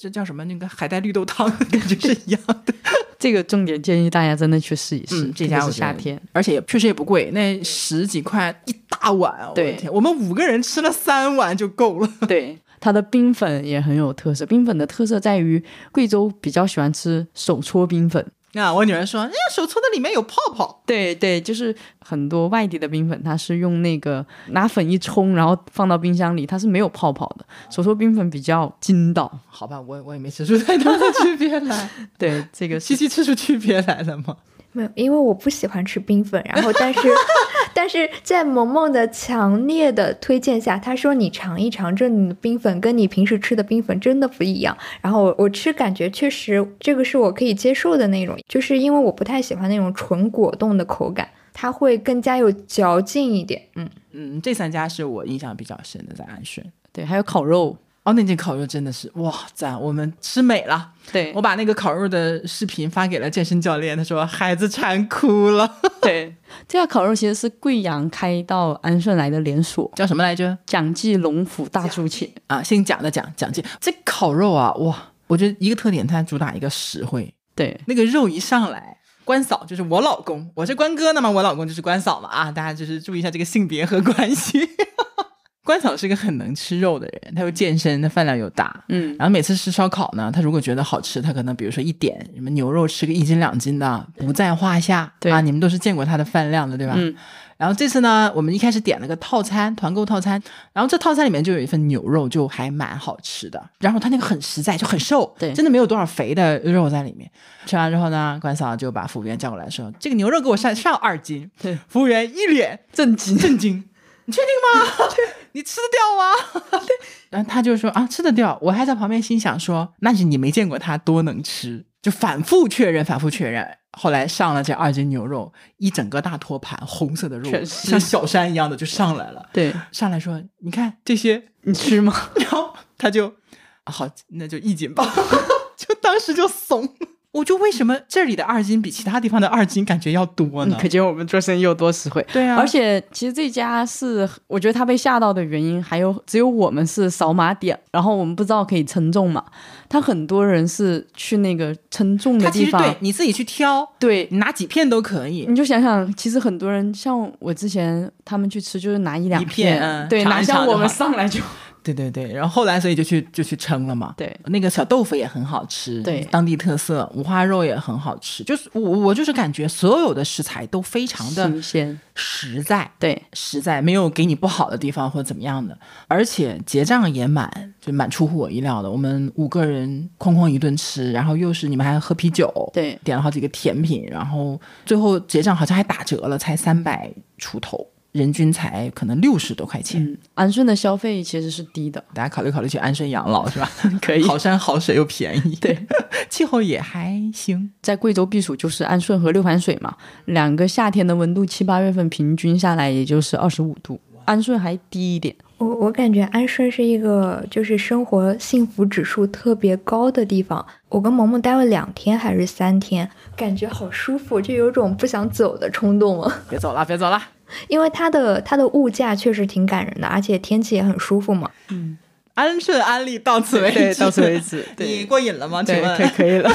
这叫什么那个海带绿豆汤的感觉是一样的。这个重点建议大家真的去试一试，嗯这特家别我觉得是 夏天。而且也确实也不贵，那十几块一大碗，我的对天，我们五个人吃了三碗就够 了。对，它的冰粉也很有特色。冰粉的特色在于贵州比较喜欢吃手搓冰粉。啊，我女儿说，哎呀，手搓的里面有泡泡，对对，就是很多外地的冰粉，它是用那个拿粉一冲，然后放到冰箱里，它是没有泡泡的。手搓冰粉比较筋道。 好吧，我我也没吃出太大的区别 来。对，这个七七是吃出区别来了吗？没有，因为我不喜欢吃冰粉，然后但是但是在萌萌的强烈的推荐下，他说你尝一尝这里的冰粉，跟你平时吃的冰粉真的不一样。然后我我吃感觉确实这个是我可以接受的那种，就是因为我不太喜欢那种纯果冻的口感，它会更加有嚼劲一点。嗯，嗯，这三家是我印象比较深的，在安顺。对，还有烤肉。哦，那间烤肉真的是哇赞！我们吃美了。对我把那个烤肉的视频发给了健身教练，他说孩子馋哭了，对， 这家烤肉其实是贵阳开到安顺来的连锁， 叫什么来着？蒋记龙府大猪切。啊，姓蒋的蒋蒋介。这烤肉啊，哇，我觉得一个特点，它主打一个实惠，对，那个肉一上来。关嫂就是我老公，我是关哥那么我老公就是关嫂嘛啊，大家就是注意一下这个性别和关系。 关嫂是个很能吃肉的人，她又健身，她饭量又大，嗯，然后每次吃烧烤呢，他如果觉得好吃，他可能比如说一点什么牛肉吃个一斤两斤的不在话下，对啊，你们都是见过他的饭量的，对吧？嗯。然后这次呢，我们一开始点了个套餐，团购套餐，然后这套餐里面就有一份牛肉，就还蛮好吃的。然后他那个很实在，就很瘦，对真的没有多少肥的肉在里面。吃完之后呢，关嫂就把服务员叫过来说：“这个牛肉给我上上二斤。”对，服务员一脸震惊。震惊。 你确定吗？ 你吃得掉吗？然后他就说啊，吃得掉。我还在旁边心想说，那是你没见过他多能吃，就反复确认，反复确认。后来上了这二斤牛肉，一整个大托盘，红色的肉全是像小山一样的就上来了。 对上来说，你看这些， 你吃吗？然后他就、啊好，那就一斤吧， 就当时就怂了。我就为什么这里的二斤比其他地方的二斤感觉要多呢可？见我们做生意有多实惠。对啊，而且其实这家是，我觉得他被吓到的原因，还有只有我们是扫码点，然后我们不知道可以称重嘛。他很多人是去那个称重的他其地实方，对你自己去挑，对你拿几片都可以。你就想想，其实很多人像我之前他们去吃，就是拿一两一片嗯对，尝一哪尝像就我们好上来就对对对，然后后来所以就去就去称了嘛。对那个小豆腐也很好吃，对当地特色五花肉也很好吃。就是我我就是感觉所有的食材都非常的新鲜，实在，对实在没有给你不好的地方或者怎么样的，而且结账也满，就蛮出乎我意料的。我们五个人哐哐一顿吃，然后又是你们还喝啤酒，对点了好几个甜品，然后最后结账好像还打折了，才三百出头，人均才可能六十多块钱。嗯，安顺的消费其实是低的，大家考虑考虑去安顺养老 是吧？可以好山好水又便宜，对，气候也还行。在贵州避暑就是安顺和六盘水嘛，两个夏天的温度，七八月份平均下来也就是二十五度，安顺还低一点。我我感觉安顺是一个就是生活幸福指数特别高的地方。我跟萌萌待了两天还是三天，感觉好舒服，就有种不想走的冲动了。 别走了，别走了，因为它的它的物价确实挺感人的，而且天气也很舒服嘛。安顺安利到此为止，对到此为止 对你过瘾了吗？请对，可以问，可以了，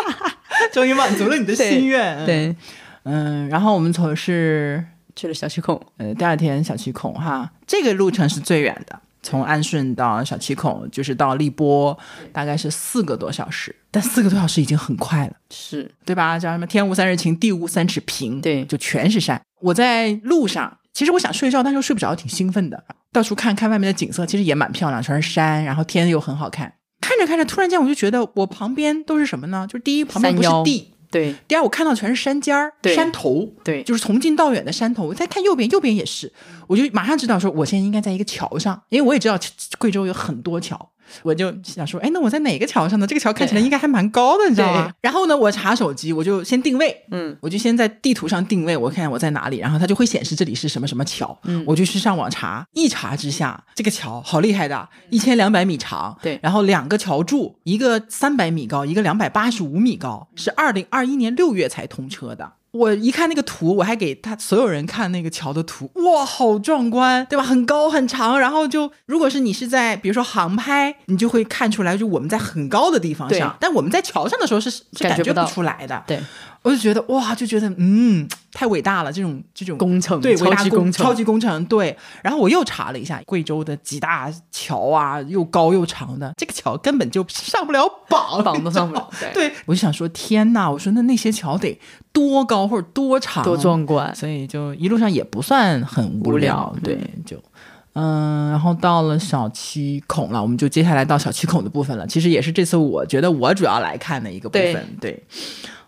终于满足了你的心愿。， 对，嗯，然后我们从是去了小区孔，呃第二天小七孔哈，这个路程是最远的，从安顺到小七孔就是到荔波，大概是四个多小时，但四个多小时已经很快了。是对吧？叫什么“天无三日晴，地无三尺平”，对就全是山。我在路上，其实我想睡觉，但是又睡不着，挺兴奋的。啊到处看看外面的景色，其实也蛮漂亮，全是山，然后天又很好看。看着看着，突然间我就觉得我旁边都是什么呢？就是第一，旁边不是山腰地；对第二，我看到全是山尖儿、对山头，对，就是从近到远的山头。我再看右边，右边也是，我就马上知道说我现在应该在一个桥上，因为我也知道贵州有很多桥。我就想说，哎，那我在哪个桥上呢？这个桥看起来应该还蛮高的，你知道吗对？然后呢，我查手机，我就先定位，嗯，我就先在地图上定位，我看我在哪里，然后它就会显示这里是什么什么桥，嗯我就去上网查，一查之下，这个桥好厉害的，一千两百米长，嗯对然后两个桥柱，一个三百米高，一个两百八十五米高，嗯是二零二一年六月才通车的。我一看那个图，我还给他所有人看那个桥的图，哇，好壮观，对吧？很高很长，然后就如果是你是在比如说航拍，你就会看出来，就我们在很高的地方上对，但我们在桥上的时候是是感觉觉不到不出来的，对，我就觉得哇，就觉得嗯，太伟大了，这种这种工程，对超伟大级工程，超级工程对。然后我又查了一下贵州的几大桥啊，又高又长的，这个桥根本就上不了榜，榜都上 你不知道吗。了，对，对，我就想说，天呐，我说那那些桥得多高或者多长，啊多壮观，所以就一路上也不算很无无聊聊，对，就。嗯，然后到了小七孔了，我们就接下来到小七孔的部分了。其实也是这次我觉得我主要来看的一个部分。对，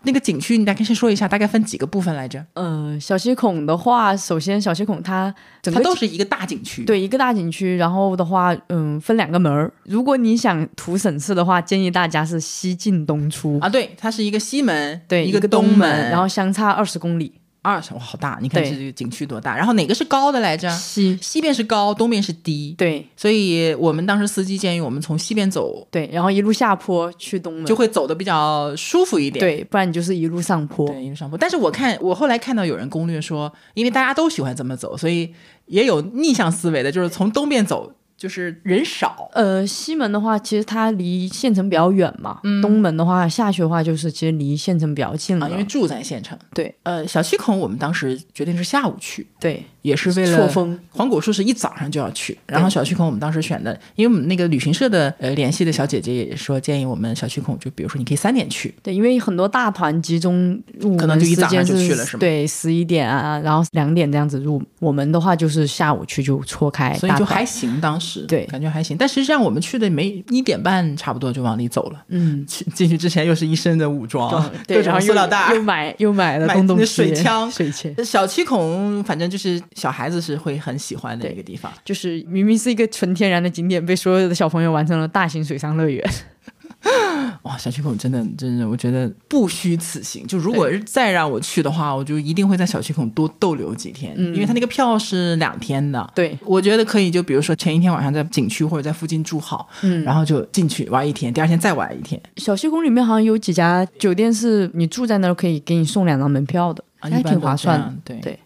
那个景区你大概先说一下，大概分几个部分来着？嗯，小溪孔的话，首先小溪孔它整它个都景是一个大景区。，对一个大景区，然后的话，嗯，分两个门儿。如果你想图省事的话，建议大家是西进东出，啊，对，它是一个西门，对，一一个东门，然后相差二十公里。二层哇，好大！你看对这个景区多大。然后哪个是高的来着？西西边是高，东边是低。对所以我们当时司机建议我们从西边走，对，然后一路下坡去东门，就会走的比较舒服一点。对，不然你就是一路上坡。对，一路上坡。但是我看我后来看到有人攻略说，因为大家都喜欢这么走，所以也有逆向思维的，就是从东边走，就是人少。呃，西门的话，其实它离县城比较远嘛。东门的话，下去的话就是其实离县城比较近了。嗯啊，因为住在县城。嗯对，呃，小七孔我们当时决定是下午去，对，也是为了错峰。黄果树是一早上就要去，然后小区孔我们当时选的，因为我们那个旅行社的呃联系的小姐姐也说建议我们小区孔，就比如说你可以三点去，对，因为很多大团集中入可能门就一时早上间就是去了是吗对，十一点啊，然后两点这样子入。我们的话就是下午去就错开，所以哎大就团还行，当时对感觉还行。但实际上我们去的没一点半差不多就往里走了，嗯，哦去进 去之前又是一身的武 装，哦对，各然种后塑又料袋又儿。买又买了买东东那西水枪水枪。小七孔反正就是小孩子是会很喜欢的一个地方，就是明明是一个纯天然的景点，被所有的小朋友完成了大型水上乐园。哇，小区孔真的真的，我觉得不虚此行。就如果是再让我去的话，我就一定会在小区孔多逗留几天，嗯因为他那个票是两天的。对，我觉得可以，就比如说前一天晚上在景区或者在附近住好，嗯，然后就进去玩一天，第二天再玩一天。小西宫里面好像有几家酒店是你住在那儿可以给你送两张门票的，啊，还一般挺都划这样算的。对对，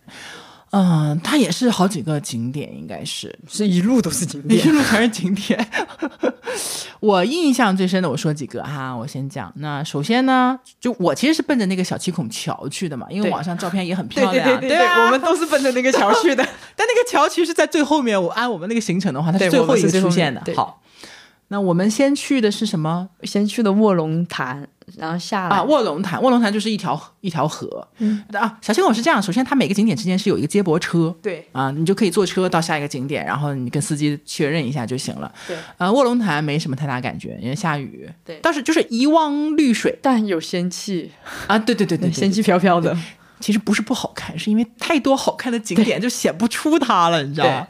嗯，它也是好几个景点，应该是是一路都是 景一。路全是景点。 我印象最深的，我说几个哈，我先讲。那首先呢，就我其实是奔着那个小七孔桥去的嘛，因为对网上照片也很对漂对亮， 对对吧我们都是奔着那个桥去 的。但那个桥其实，在最后面，我按我们那个行程的话，它是对最我后们一个是最出后面现的。对好，那我们先去的是什么先去的卧龙潭，然后下来啊？卧龙潭，卧龙潭就是一条一条河。嗯啊，小青孔是这样，首先它每个景点之间是有一个接驳车。对啊，你就可以坐车到下一个景点，然后你跟司机确认一下就行了。对，呃，卧龙潭没什么太大感觉，因为下雨。对但是就是一望绿水但有仙气，啊，对对对对对仙气飘飘的。其实不是不好看，是因为太多好看的景点就显不出它了，你知道吗？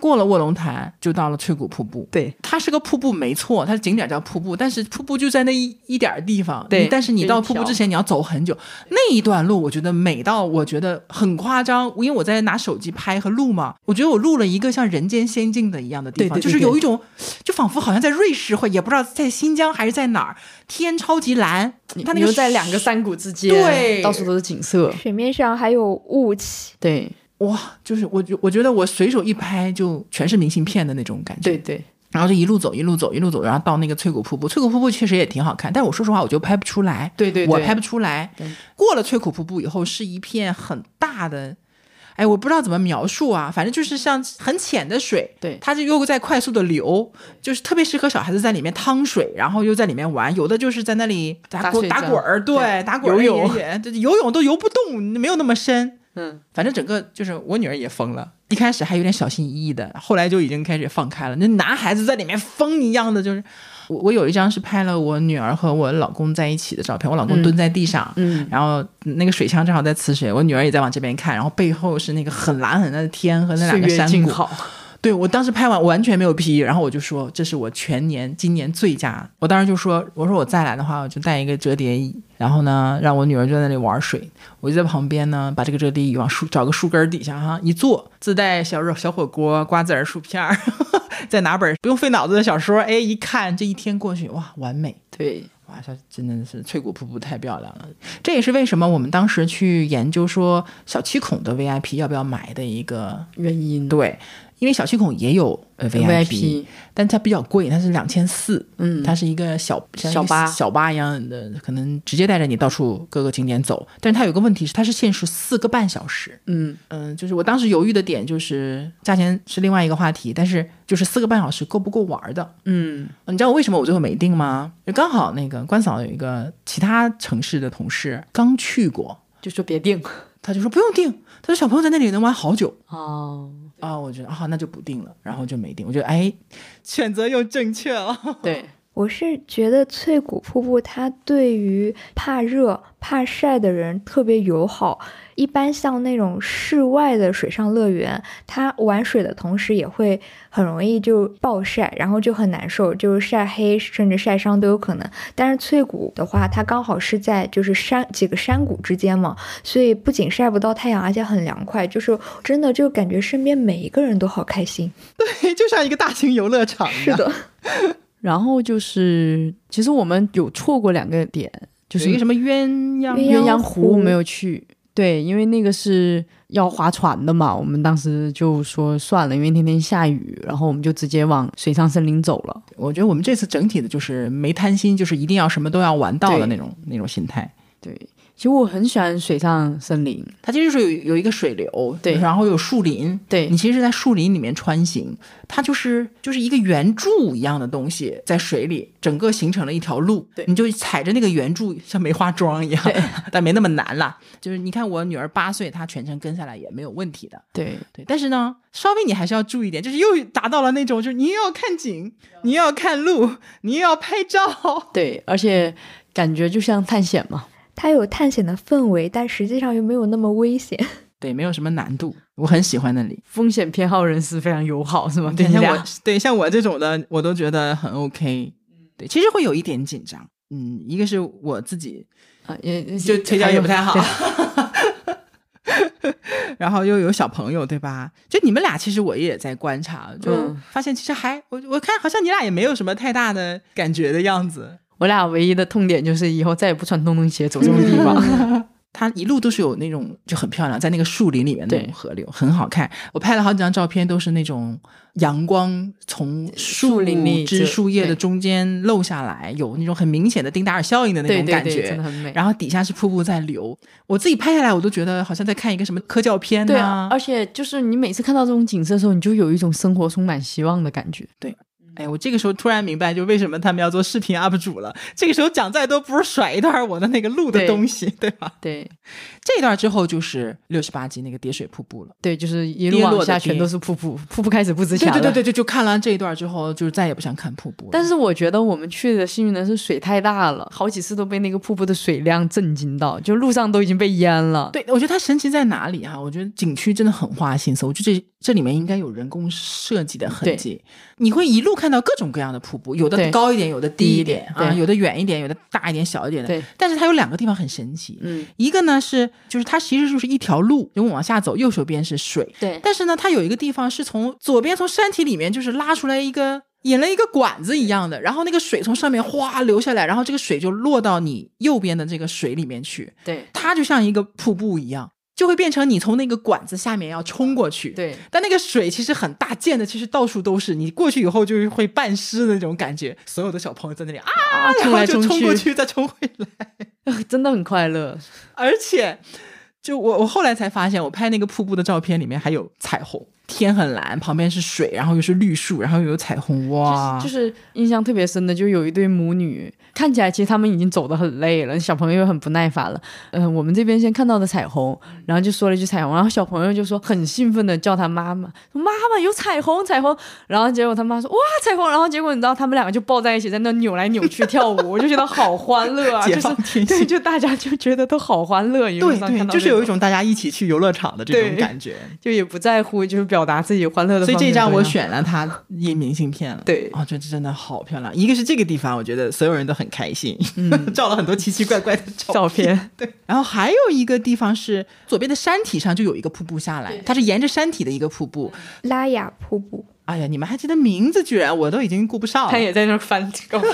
过了卧龙潭，就到了翠谷瀑布。对，它是个瀑布，没错，它的景点叫瀑布，但是瀑布就在那一一点儿地方。对你但是你到就一瀑布条之前，你要走很久。那一段路，我觉得美到我觉得很夸张，因为我在拿手机拍和录嘛，我觉得我录了一个像人间仙境的一样的地方，对对对就是对有一种，就仿佛好像在瑞士或也不知道在新疆还是在哪儿，天超级蓝，它那你个又在两个山谷之间，对到处都是景色。水面上还有雾气，对，哇，就是我觉我觉得我随手一拍就全是明信片的那种感觉。对对，然后就一路走，一路走，一路走，然后到那个翠谷瀑布。翠谷瀑布确实也挺好看，但我说实话，我就拍不出来。对对对我拍不出来对。过了翠谷瀑布以后，是一片很大的，哎，我不知道怎么描述啊，反正就是像很浅的水，对它就又在快速的流，就是特别适合小孩子在里面趟水，然后又在里面玩。有的就是在那里打打滚水打仗滚儿，对，对打滚儿游演泳演，这游泳都游不动，没有那么深。嗯，反正整个就是我女儿也疯了，一开始还有点小心翼翼的，后来就已经开始放开了。那男孩子在里面疯一样的，就是我我有一张是拍了我女儿和我老公在一起的照片，我老公嗯蹲在地上，嗯然后那个水枪正好在呲水，我女儿也在往这边看，然后背后是那个很蓝很蓝的天和那两岁个月山静谷。好，对我当时拍完完全没有 P，然后我就说这是我全年今年最佳。我当时就说，我说我再来的话，我就带一个折叠椅，然后呢，让我女儿就在那里玩水，我就在旁边呢，把这个折叠椅往树找个树根儿底下哈一坐，自带小肉小火锅、瓜子儿、薯片儿， 再拿本儿不用费脑子的小说，哎，一看这一天过去，哇，完美。对，哇，它真的是翠谷瀑布太漂亮了，这也是为什么我们当时去研究说小七孔的 VIP 要不要买的一个原因对，因为小七孔也有呃 VIP，, 但它比较贵，它是两千四，嗯，它是一个小像一小个巴小巴一样的，可能直接带着你到处各个景点走。但是它有个问题是，它是限时四个半小时。嗯嗯，就是我当时犹豫的点就是价钱是另外一个话题，但是就是四个半小时够不够玩儿的？嗯你知道我为什么我最后没定吗？就刚好那个关嫂有一个其他城市的同事刚去过，就说别定他就说不用定，他说小朋友在那里能玩好久。哦，啊、我觉得啊，那就不定了，然后就没定。我觉得哎，选择又正确了。 对，我是觉得翠谷瀑布它对于怕热、怕晒的人特别友好。一般像那种室外的水上乐园，它玩水的同时也会很容易就暴晒，然后就很难受，就是晒黑甚至晒伤都有可能。但是翠谷的话，它刚好是在就是山几个山谷之间嘛，所以不仅晒不到太阳，而且很凉快，就是真的就感觉身边每一个人都好开心。就像一个大型游乐场一是样。的，然后就是其实我们有错过两个点，就就是是一个什么鸳鸯鸳鸳鸯鸯湖湖没有去，对，因为那个是要划船的嘛，我们当时就说算了，因为天天下雨，然后我们就直接往水上森林走了。我觉得我们这次整体的就是没贪心，就是一定要什么都要玩到的对那种那种心态。对，其实我很喜欢水上森林，它其实就是有有一个水流，对然后有树林，对你其实是在树林里面穿行，它就是就是一个圆柱一样的东西在水里，整个形成了一条路，对你就踩着那个圆柱像梅花桩一样，但没那么难啦。就是你看我女儿八岁，她全程跟下来也没有问题的。对对，但是呢，稍微你还是要注意点，就是又达到了那种，就是你又要看景，你又要看路，你又要拍照，对，而且感觉就像探险嘛。 它有探险的氛围，但实际上又没有那么危险。 对，没有什么难度，我很喜欢那里。风险偏好人士非常友好，是吗？对，嗯你像俩我，对像我这种的，我都觉得很 OK。对，其实会有一点紧张，嗯，一个是我自己啊，也就也腿脚也不太好对， 然后又有小朋友，对吧？就你们俩，其实我也在观察，就嗯发现其实还我我看好像你俩也没有什么太大的感觉的样子。我俩唯一的痛点就是以后再也不穿洞洞鞋走这种地方。嗯它一路都是有那种就很漂亮，在那个树林里面那种对河流很好看。我拍了好几张照片，都是那种阳光从树树林里枝就树叶的对中间漏下来，有那种很明显的丁达尔效应的那 对种对感对，觉真。的很美。然后底下是瀑布在流，我自己拍下来，我都觉得好像在看一个什么科教片对呐、啊，而且就是你每次看到这种景色的时候，你就有一种生活充满希望的感觉。哎，我这个时候突然明白，就为什么他们要做视频 UP 主了。这个时候讲再多，不如甩一段我的那个录的对东西，对吧？对这段之后就是六十八集那个跌水瀑布了。对，就是一跌路落往下的全跌都是瀑布，瀑布开始不知对下对对了对对，就看完这一段之后，就是再也不想看瀑布了。但是我觉得我们去的幸运的是水太大了，好几次都被那个瀑布的水量震惊到，就路上都已经被淹了。对，我觉得它神奇在哪里哈、啊我觉得景区真的很花心思，我觉得这这里面应该有人工设计的痕迹。你会一路看到各种各样的瀑布，有的对高一点，有的低一点低一点啊，对有的远一点，有的大一点、小一点的。对，但是它有两个地方很神奇，嗯，一个呢是就是它其实就是一条路，就往下走，右手边是水，对但是呢，它有一个地方是从左边从山体里面就是拉出来一个引了一个管子一样的，然后那个水从上面哗流下来，然后这个水就落到你右边的这个水里面去，对它就像一个瀑布一样。就会变成你从那个管子下面要冲过去。，对，但那个水其实很大溅的，其实到处都是，你过去以后就是会半湿的那种感觉。所有的小朋友在那里啊，啊，冲然后来就冲冲过去再冲回来， 真的很快乐。而且。就我，我后来才发现，我拍那个瀑布的照片里面还有彩虹，天很蓝，旁边是水，然后又是绿树，然后又有彩虹，哇！就是印象特别深的，就有一对母女，看起来其实他们已经走得很累了，小朋友很不耐烦了。嗯、我们这边先看到的彩虹，嗯然后就说了一句彩虹，然后小朋友就说很兴奋的叫他妈妈，说妈妈有彩虹，彩虹。然后结果他妈说哇彩虹，然后结果你知道他们两个就抱在一起在那扭来扭去跳舞，我就觉得好欢乐 啊，解就是放天对，性就大家就觉得都好欢乐，一路对上看对，到就是那有一种大家一起去游乐场的这种对感觉。就也不在乎就是表达自己欢乐的方所面以多样，这一张我选了它印明信片了。对哦，这真的好漂亮。一个是这个地方，我觉得所有人都很开心， 照了很多奇奇怪怪的照照片，然后还有一个地方是左边的山体上就有一个瀑布下来，它是沿着山体的一个瀑布。拉雅瀑布，哎呀，你们还记得名字？居然我都已经顾不上他了。也在那儿翻照 片，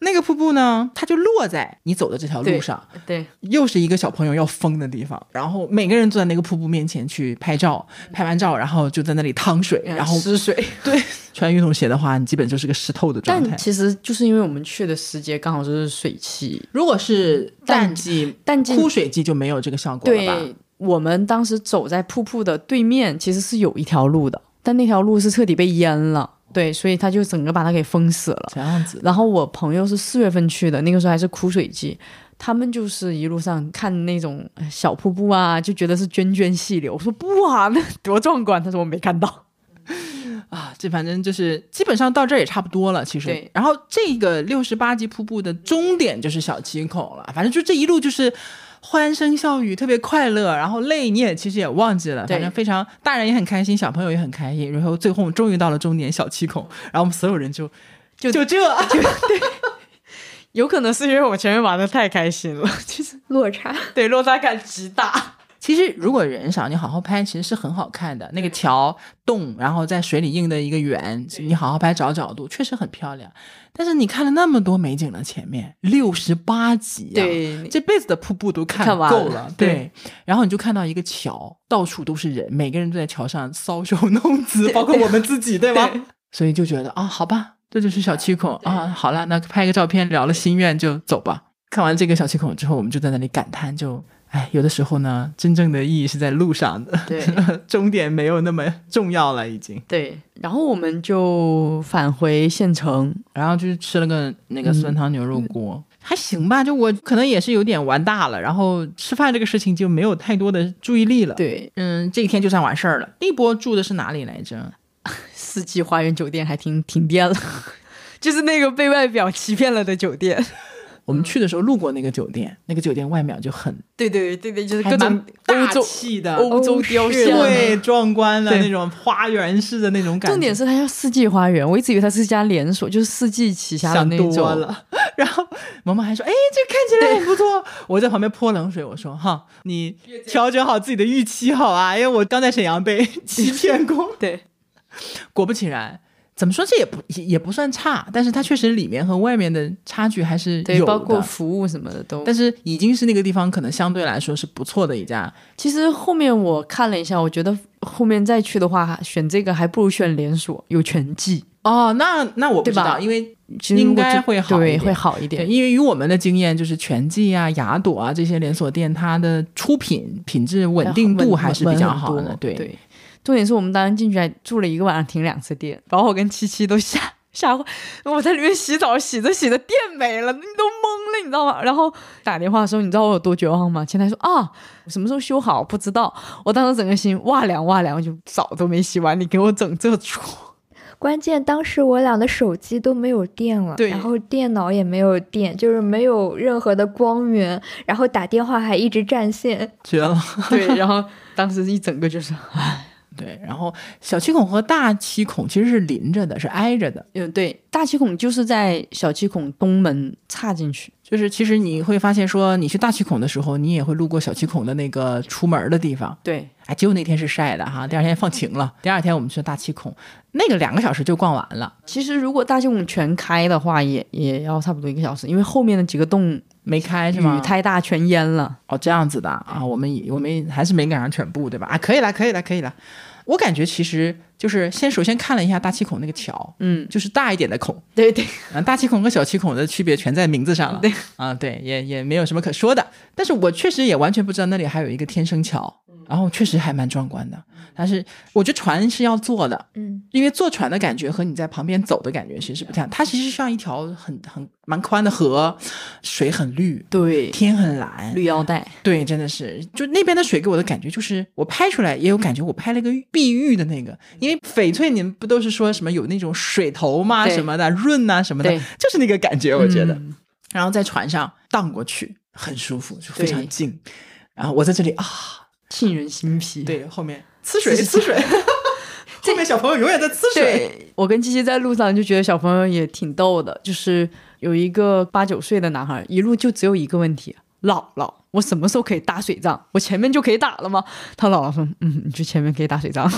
那个瀑布呢，它就落在你走的这条路对上，对。又是一个小朋友要疯的地方。然后每个人坐在那个瀑布面前去拍照，拍完照然后就在那里趟水，嗯然后吃水，对，穿运动鞋的话，你基本就是个湿透的状态但。其实就是因为我们去的时节刚好就是水汽，如果是淡淡季、淡季枯水季就没有这个效果了吧对？我们当时走在瀑布的对面，其实是有一条路的，但那条路是彻底被淹了，对，所以他就整个把它给封死了。这样子，然后我朋友是四月份去的，那个时候还是枯水季，他们就是一路上看那种呃小瀑布啊，就觉得是涓涓细流。我说不啊，那多壮观！他说我没看到。啊，这反正就是基本上到这儿也差不多了，其实。对然后这个六十八级瀑布的终点就是小七孔了，反正就这一路就是。欢声笑语，特别快乐，然后累你也其实也忘记了，对反正非常大人也很开心，小朋友也很开心，然后最后终于到了终点小七孔，然后我们所有人就就就这，有可能是因为我前面玩的太开心了，就是落差。对落差感极大。其实如果人少，你好好拍其实是很好看的。那个桥洞，然后在水里映的一个圆，你好好拍找角度，确实很漂亮。但是你看了那么多美景了，前面六十八集、啊，对这辈子的瀑布都看看完够了对。对然后你就看到一个桥，到处都是人，每个人都在桥上搔首弄 姿，包括我们自己，对吧？对所以就觉得啊，好吧，这就是小七孔啊，好了，那拍个照片，了了心愿就走吧。看完这个小七孔之后，我们就在那里感叹，就哎，有的时候呢，真正的意义是在路上 的，对， 终点没有那么重要了，已经。对，然后我们就返回县城，然后就是吃了个那个酸汤牛肉锅，还行吧。就我可能也是有点玩大了，然后吃饭这个事情就没有太多的注意力了。，对，嗯，这一天就算完事儿了。那一波住的是哪里来着？四季花园酒店还停停电了， 就是那个被外表欺骗了的酒店。我们去的时候路过那个酒店，那个酒店外面就很对对对对，就是还各种蛮大欧洲气的，欧洲雕欧式像。对，壮观的对那种花园式的那种感觉。重点是它叫四季花园，我一直以为它是一家连锁，就是四季旗下的想那种。多了。 然后萌萌还说：“哎，这看起来很不 错。”我在旁边泼冷水，我说：“哈，你调整好自己的预期好啊，因为我刚在沈阳 被欺骗过。对，” 果不其然。怎么说？这也不也也不算差，但是它确实里面和外面的差距还是对，有包括的。服务什么的都。但是已经是那个地方可能相对来说是不错的一家，其实后面我看了一下，我觉得后面再去的话，选这个还不如选连锁，有全季，哦，那那我不知对吧道，因为其实应我该觉会好一对，点会好一对，点。因为以我们的经验，就是全季啊、雅朵啊这些连锁店，它的出品品质稳定度还是比较好稳的很。多对，对，重点是我们当时进去还住了一个晚上，停两次电，然后我跟七七都吓吓坏，我在里面洗澡，洗着洗着电没了，你都懵了，你知道吗？然后打电话的时候，你知道我有多绝望吗？前台说啊，什么时候修好不知道，我当时整个心哇凉哇凉，我就澡都没洗完，你给我整这出，关键当时我俩的手机都没有电了，对然后电脑也没有电，就是没有任何的光源，然后打电话还一直占线。绝了。对，然后当时一整个就是， 对，然后小七孔和大七孔其实是邻着的，是挨着的。嗯，对，大气孔就是在小气孔东门插进去，就是其实你会发现，说你去大七孔的时候，你也会路过小七孔的那个出门的地方。对，哎，只有那天是晒的哈，第二天放晴了。第二天我们去大七孔，那个两个小时就逛完了。其实如果大兴孔全开的话，也也要差不多一个小时，因为后面的几个洞没开是吗雨？太大全淹了。哦，这样子的啊，我们以我们还是没赶上全部，对吧？啊，可以了，可以了，可以了。我感觉其实就是先首先看了一下大气孔那个桥，嗯，就是大一点的孔，对对，啊，大气孔和小气孔的区别全在名字上了。对啊，对，也也没有什么可说的。但是我确实也完全不知道那里还有一个天生桥，嗯然后确实还蛮壮观的。但是我觉得船是要坐的，嗯因为坐船的感觉和你在旁边走的感觉其实是不太一样。它其实像一条很很蛮宽的河，水很绿，对 天很蓝，绿腰带，对，真的是，就那边的水给我的感觉就是，我拍出来也有感觉，我拍了个碧玉的那个，因为翡翠你们不都是说什么有那种水头嘛对什么的润呐、什么的对，就是那个感觉，我觉得。嗯然后在船上荡过去，很舒服，就非常对近。然后我在这里啊，沁人心脾。对，后面呲水呲水， 后面小朋友永远在呲水，对，我跟七七在路上就觉得小朋友也挺逗的，就是有一个八九岁的男孩，一路就只有一个问题：姥姥，我什么时候可以打水仗？我前面就可以打了吗？他姥姥说：嗯，你去前面可以打水仗。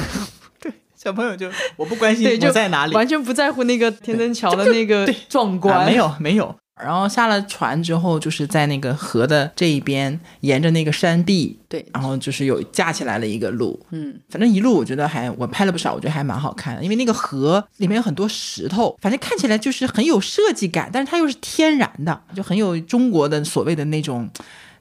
小朋友就我不关心对，就我在哪里，完全不在乎那个天灯桥的那个对壮观，啊没 有没有。然后下了船之后，就是在那个河的这一边，沿着那个山壁，对然后就是有架起来了一个路，嗯，反正一路我觉得还我拍了不少，我觉得还蛮好看的，因为那个河里面有很多石头，反正看起来就是很有设计感，但是它又是天然的，就很有中国的所谓的那种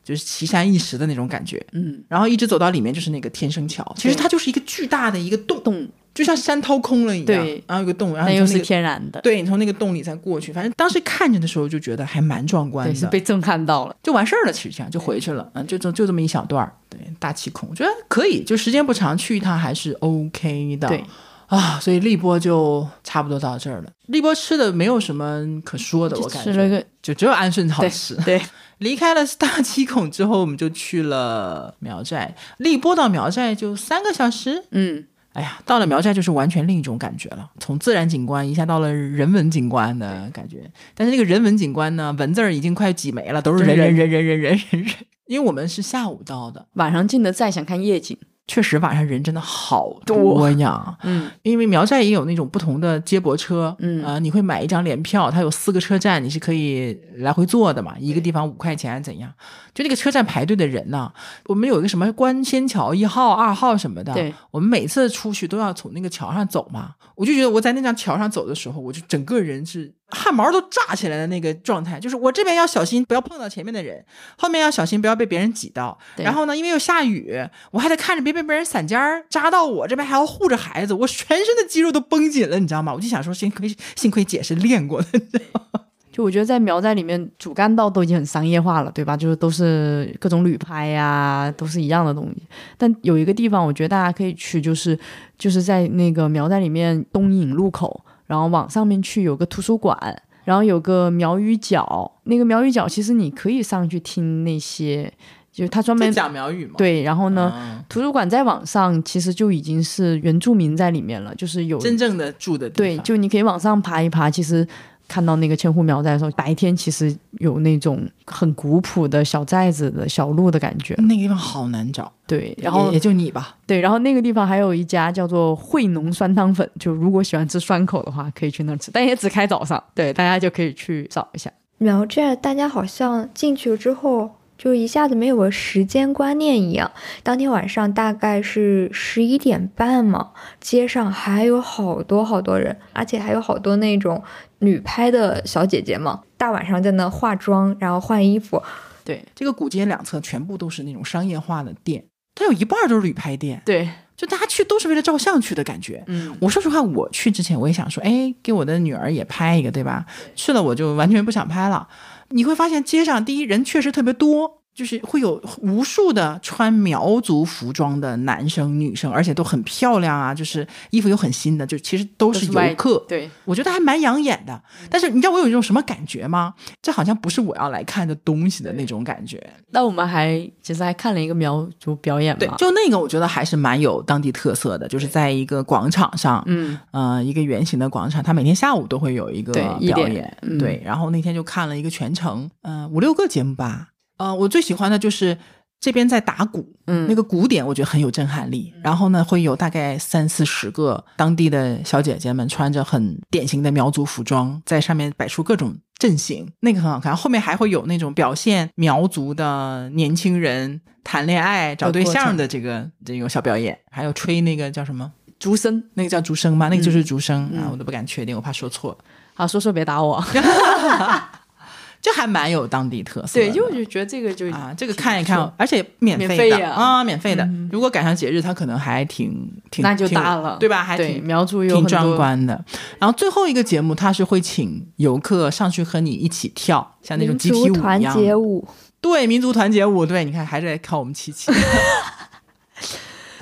就是奇山异石的那种感觉，嗯，然后一直走到里面就是那个天生桥，其实它就是一个巨大的一个洞，洞，就像山掏空了一样，对然后有个洞，然后那你又从那是个天然的，对你从那个洞里再过去，反正当时看着的时候就觉得还蛮壮观对，的，是被震撼到了。就完事儿了。其实这样就回去了，嗯，就就就这么一小段儿。对，大气孔，我觉得可以，就时间不长，去一趟还是 OK 的。对，啊，所以立波就差不多到这儿了。立波吃的没有什么可说的，我就感吃觉了个就只有安顺好对吃。对， 离开了大七孔之后，我们就去了苗寨。荔波到苗寨就三个小时，嗯，哎呀，到了苗寨就是完全另一种感觉了，从自然景观一下到了人文景观的感觉。但是那个人文景观呢，文字儿已经快挤没了，都是就是人人人人人人人人 人。因为我们是下午到的，晚上进的寨想看夜景，确实晚上人真的好多呀。嗯，因为苗寨也有那种不同的接驳车，嗯啊、你会买一张联票，它有四个车站，你是可以来回坐的嘛，一个地方五块钱还啊是怎样？就那个车站排队的人呐，我们有一个什么观仙桥一号、二号什么的，嗯对，我们每次出去都要从那个桥上走嘛，我就觉得我在那张桥上走的时候，我就整个人是汗毛都炸起来的那个状态，就是我这边要小心不要碰到前面的人，后面要小心不要被别人挤到，对然后呢，因为又下雨，我还得看着别被别人伞尖儿扎到我，这边还要护着孩子，我全身的肌肉都绷紧了，你知道吗？我就想说，幸亏幸亏姐是练过的，就我觉得在苗寨里面，主干道都已经很商业化了，对吧？就是都是各种旅拍呀、都是一样的东西。但有一个地方，我觉得大家可以去，就是就是在那个苗寨里面东引路口，然后往上面去有个图书馆，然后有个苗语角。那个苗语角，其实你可以上去听那些，就是他专门讲苗语嘛，对，然后呢。嗯，图书馆再往上，其实就已经是原住民在里面了，就是有真正的住的地对，方就你可以往上爬一爬，其实。看到那个千户苗寨的时候，白天其实有那种很古朴的小寨子的小路的感觉，那个地方好难找，对。然后嗯也也就你吧，对，然后那个地方还有一家叫做惠农酸汤粉，就如果喜欢吃酸口的话，可以去那儿吃，但也只开早上。对，大家就可以去找 一下。苗寨大家好像进去了之后，就一下子没有了时间观念一样。当天晚上大概是十一点半嘛，街上还有好多好多人，而且还有好多那种女拍的小姐姐嘛，大晚上在那化妆，然后换衣服，对这个古街两侧全部都是那种商业化的店，它有一半儿都是旅拍店，对，就大家去都是为了照相去的感觉。嗯，我说实话，我去之前我也想说，哎，给我的女儿也拍一个，对吧？去了我就完全不想拍了。你会发现街上第一人确实特别多，就是会有无数的穿苗族服装的男生女生，而且都很漂亮啊，就是衣服又很新的，就其实都都是是外游客。对，我觉得还蛮养眼的，但是你知道我有一种什么感觉吗？这好像不是我要来看的东西的那种感觉。那我们还其实还看了一个苗族表演对嘛，，就那个我觉得还是蛮有当地特色的，就是在一个广场上，嗯，呃，一个圆形的广场，它每天下午都会有一个对表一点演，嗯对。然后那天就看了一个全程，呃，五六个节目吧。呃，我最喜欢的就是这边在打鼓，嗯那个鼓点我觉得很有震撼力。然后呢，会有大概三四十个当地的小姐姐们穿着很典型的苗族服装，在上面摆出各种。阵型，那个很好看。后面还会有那种表现苗族的年轻人谈恋爱、找对象的这个这种小表演，还有吹那个叫什么？竹笙。那个叫竹笙吧，那个就是竹笙、嗯啊，我都不敢确定，我怕说错，好，说说别打我。就还蛮有当地特色的。对，因为我就觉得这个就啊，这个看一看，而且免费的免费呀嗯啊，免费的。如果赶上节日，它可能还挺挺那就挺大了对吧？还对挺苗族有挺很壮多观的。然后最后一个节目，它是会请游客上去和你一起跳，像那种集体民舞族团一样结的。舞，对，民族团结舞。对，你看还是得靠我们七 七。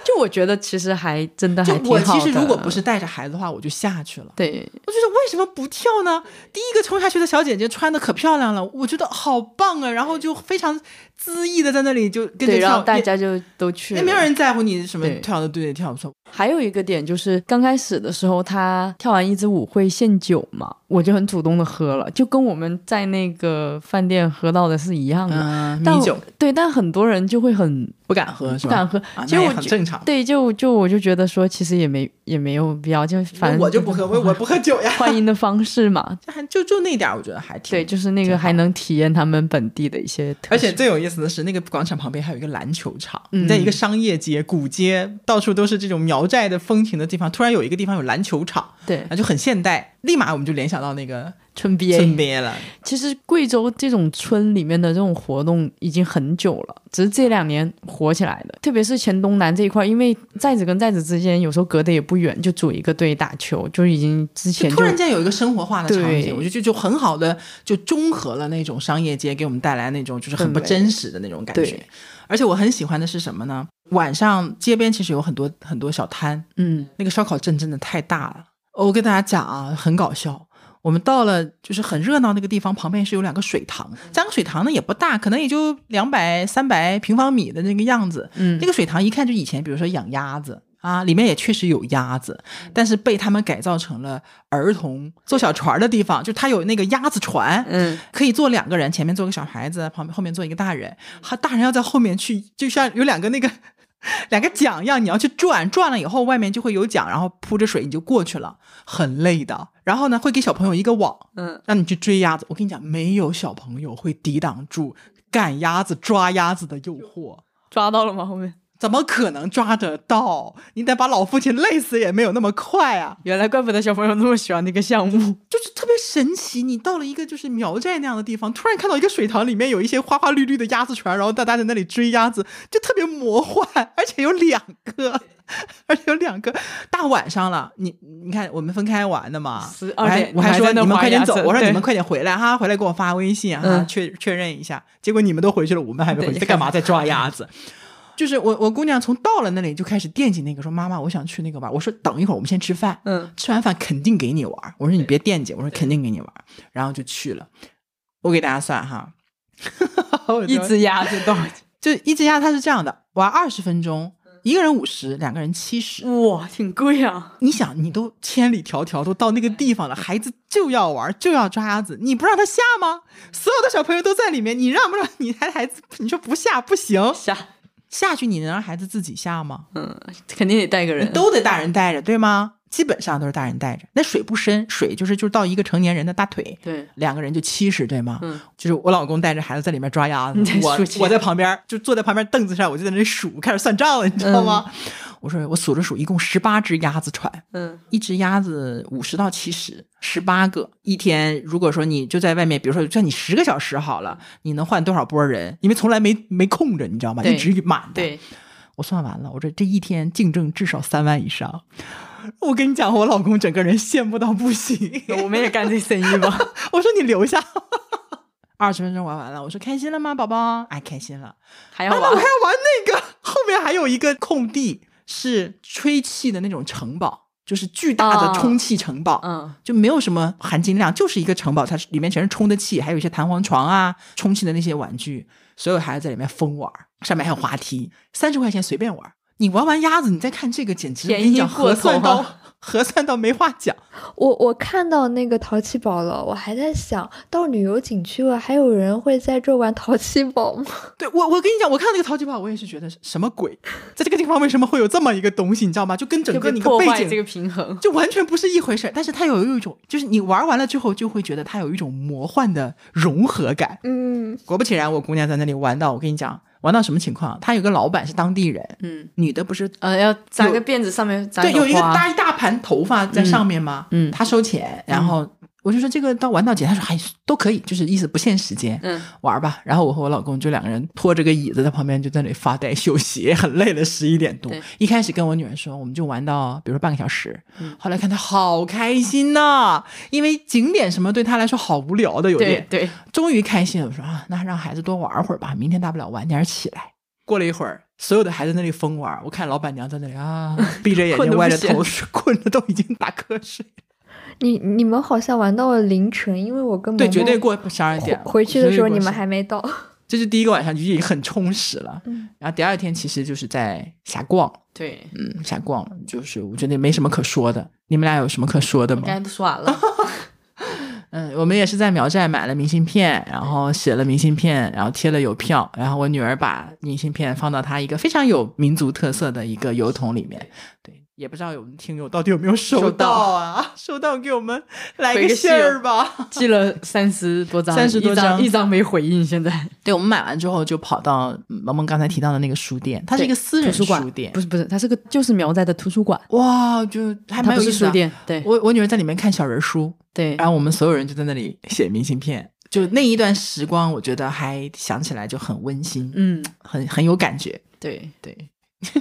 就我觉得其实还真的就还挺我好其实的如果不是带着孩子的话，我就下去了。对，我觉得为什么不跳呢？第一个冲下去的小姐姐穿的可漂亮了，我觉得好棒啊！然后就非常恣意的在那里就跟着对，然跳后，大也家就都去也没有了人在乎你什么对跳的对跳得不错。还有一个点就是，刚开始的时候，他跳完一支舞会献酒嘛，我就很主动的喝了，就跟我们在那个饭店喝到的是一样的。嗯，但米我酒对，但很多人就会很不敢喝是不吧？敢喝，啊，其那实也我很就正常。对，就就我就觉得说，其实也没也没有必要，就反正我就不喝，我我不喝酒呀。 。欢迎的方式嘛就还就就那点儿，我觉得还挺对，就是那挺个好还能体验他们本地的一些特而且色最有意思的是，那个广场旁边还有一个篮球场。嗯你在一个商业街、古街，到处都是这种苗寨的风情的地方，突然有一个地方有篮球场，对啊，就很现代，立马我们就联想到那个村村 BA。边了。其实贵州这种村里面的这种活动已经很久了，只是这两年火起来的。特别是黔东南这一块，因为寨子跟寨子之间有时候隔得也不远，就组一个队打球，就已经之前就就突然间有一个生活化的场对景，我觉得就就很好的就中和了那种商业街给我们带来那种就是很不氛围真实的那种感觉对。而且我很喜欢的是什么呢？晚上街边其实有很多很多小摊，嗯，那个烧烤阵真的太大了。我跟大家讲啊，很搞笑。我们到了就是很热闹那个地方，旁边是有两个水嗯塘，三个水塘呢也不大，可能也就两百三百平方米的那个样子。嗯那个水塘一看就以前，比如说养鸭子啊，里面也确实有鸭子，嗯但是被他们改造成了儿童坐小船的地方，就它有那个鸭子船，嗯，可以坐两个人，前面坐个小孩子，旁边后面坐一个大人，他大人要在后面去，就像有两个那个两个桨一样，你要去转，转了以后外面就会有桨，然后铺着水你就过去了，很累的。然后呢，会给小朋友一个网，嗯，让你去追鸭子。我跟你讲，没有小朋友会抵挡住赶鸭子、抓鸭子的诱惑。抓到了吗？后面怎么可能抓得到？你得把老父亲累死也没有那么快啊！原来怪不得小朋友那么喜欢那个项 目。就是特别神奇，你到了一个就是苗寨那样的地方，突然看到一个水塘里面有一些花花绿绿的鸭子船，然后大家在那里追鸭子，就特别魔幻，而且有两个， 而且有两个。大晚上了，你你看我们分开玩的嘛，十我二还点我还说你还在那你们快点划走鸭子，我说对你们快点回来哈，回来给我发微信哈，嗯确确认一下。结果你们都回去了，我们还没回去，对在干嘛？在抓鸭子。就是我，我姑娘从到了那里就开始惦记那个，说妈妈，我想去那个玩。我说等一会儿，我们先吃饭。嗯，吃完饭肯定给你玩儿。我说你别惦记，我说肯定给你玩儿，然后就去了。我给大家算哈，我一说只鸭子多少钱？ 就一只鸭，它是这样的，玩二十分钟，一个人五十，两个人七十。哇，挺贵啊！你想，你都千里迢迢都到那个地方了，孩子就要玩儿，就要抓鸭子，你不让他下吗？所有的小朋友都在里面，你让不让？你还孩子，你说不下不行，下，下去你能让孩子自己下吗？ 嗯，肯定得带个人。都得大人带着，对吗？基本上都是大人带着。那水不深，水就是就是到一个成年人的大腿，对，两个人就七十，对吗？嗯，就是我老公带着孩子在里面抓鸭子 你在，我数钱我在旁边就坐在旁边凳子上，我就在那里数，开始算账了，你知道吗？我说我数着数，一共十八只鸭子船，嗯，一只鸭子五十到七十，十八个一天。如果说你就在外面，比如说就算你十个小时好了，你能换多少波人？因为从来没没空着，你知道吗？对一直满的。对，我算完了，我这这一天竞争至少三万以上。我跟你讲，我老公整个人羡慕到不行。我们也干这生 意吧。我说你留下，二十分钟玩完了，我说开心了吗，宝宝？哎，开心了。还妈要妈，我玩还要玩那个，后面还有一个空地是吹气的那种城堡，就是巨大啊的充气城堡。嗯，就没有什么含金量，就是一个城堡，它是里面全是充的气，还有一些弹簧床啊、充气的那些玩具，所有孩子在里面疯玩，上面还有滑梯，三十块钱随便玩。你玩完鸭子，你再看这个，简直我便跟你宜讲过核算头啊到 核算到没话讲。我我看到那个淘气堡了，我还在想到旅游景区了，还有人会在这玩淘气堡吗？ 对我，我跟你讲，我看那个淘气堡，我也是觉得是什么鬼，在这个地方为什么会有这么一个东西，你知道吗？就跟整个就你被的破背坏景这个平衡。 就完全不是一回事儿。但是它有一种，就是你玩完了之后，就会觉得它有一种魔幻的融合感。嗯，果不其然，我姑娘在那里玩到，我跟你讲，玩到什么情况？啊她有个老板是当地人，嗯，女的不是呃，要扎有个辫子，上面扎对，有一个花搭一大盘头发在上面嘛，嗯嗯她收钱，然后我就说这个到玩到几，她说还都可以，就是意思不限时间，嗯，玩吧。然后我和我老公就两个人拖着个椅子在旁边就在那里发呆休息，很累了，十一点多对。一开始跟我女儿说，我们就玩到比如说半个小时，嗯后来看她好开心呐、因为景点什么对她来说好无聊的有对点， 对，终于开心了，我说啊，那让孩子多玩会儿吧，明天大不了晚点起来。过了一会儿，所有的孩子在那里疯玩，我看老板娘在那里啊，闭着眼困得睛不歪着行头， 困的都已经打瞌睡。你你们好像玩到了凌晨，因为我跟对，萌绝萌对过十二回点。回去的时候你们还。还没到。这是第一个晚上就已经很充实了。嗯然后第二天其实就是在瞎逛，对，嗯，瞎逛，就是我觉得也没什么可说的。你们俩有什么可说的我刚吗？才都说完了。嗯，我们也是在苗寨买了明信片，然后写了明信片，然后贴了邮票，然后我女儿把明信片放到她一个非常有民族特色的一个邮筒里面。对，也不知道有们听友到底有没有收收到到啊？收到给我们来回个个信信儿吧。 寄了三十多张， 30多一张张一张没回应。现在对，我们买完之后就跑到萌萌刚才提到的那个书店， 它是一个私人图书馆店不。是不是，它是个就是苗寨的图书馆，哇，就还它蛮有不意是思的书啊。店。对我我女儿在里面看小人书，对然，后我们所有人就在那里写明信片，就那一段时光，我觉得还想起来就很温馨，嗯，很很有感觉。对对，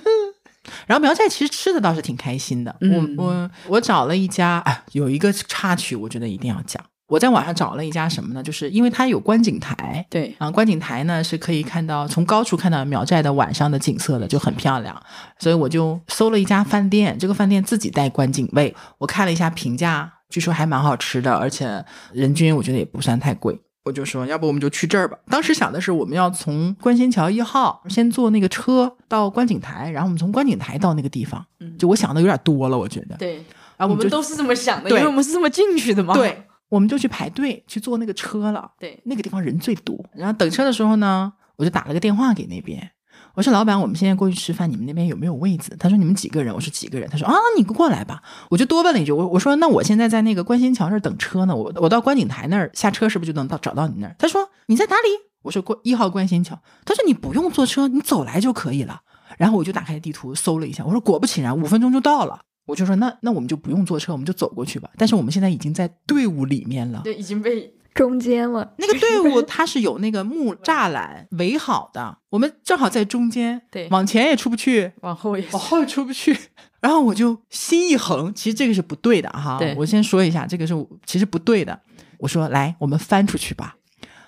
然后苗寨其实吃的倒是挺开心的。嗯我我我找了一家，哎，有一个插曲，我觉得一定要讲。我在网上找了一家什么呢？就是因为它有观景台，对，啊，观景台呢是可以看到从高处看到苗寨的晚上的景色的，就很漂亮。所以我就搜了一家饭店，这个饭店自己带观景位，我看了一下评价，据说还蛮好吃的，而且人均我觉得也不算太贵。我就说，要不我们就去这儿吧。当时想的是，我们要从观仙桥一号先坐那个车到观景台，然后我们从观景台到那个地方。嗯就我想的有点多了，我觉得。对，啊，我我们们就都是这么想的，因对为我们是这么进去的嘛。对，我们就去排队去坐那个车了。对，那个地方人最多。然后等车的时候呢，我就打了个电话给那边，我说老板，我们现在过去吃饭，你们那边有没有位子？他说你们几个人？我说几个人？他说啊，你过来吧。我就多问了一句，我我说那我现在在那个观仙桥那儿等车呢，我我到观景台那儿下车是不是就能到找到你那儿？他说你在哪里？我说过一号观仙桥。他说你不用坐车，你走来就可以了。然后我就打开地图搜了一下，我说果不其然，五分钟就到了。我就说那那我们就不用坐车，我们就走过去吧。但是我们现在已经在队伍里面了，对，已经被中间了，那个队伍它是有那个木栅栏围好的，我们正好在中间，对往前也出不去，往后也是往后也出不去。 然后我就心一横，其实这个是不对的哈对。我先说一下，这个是我其实不对的。我说来，我们翻出去吧，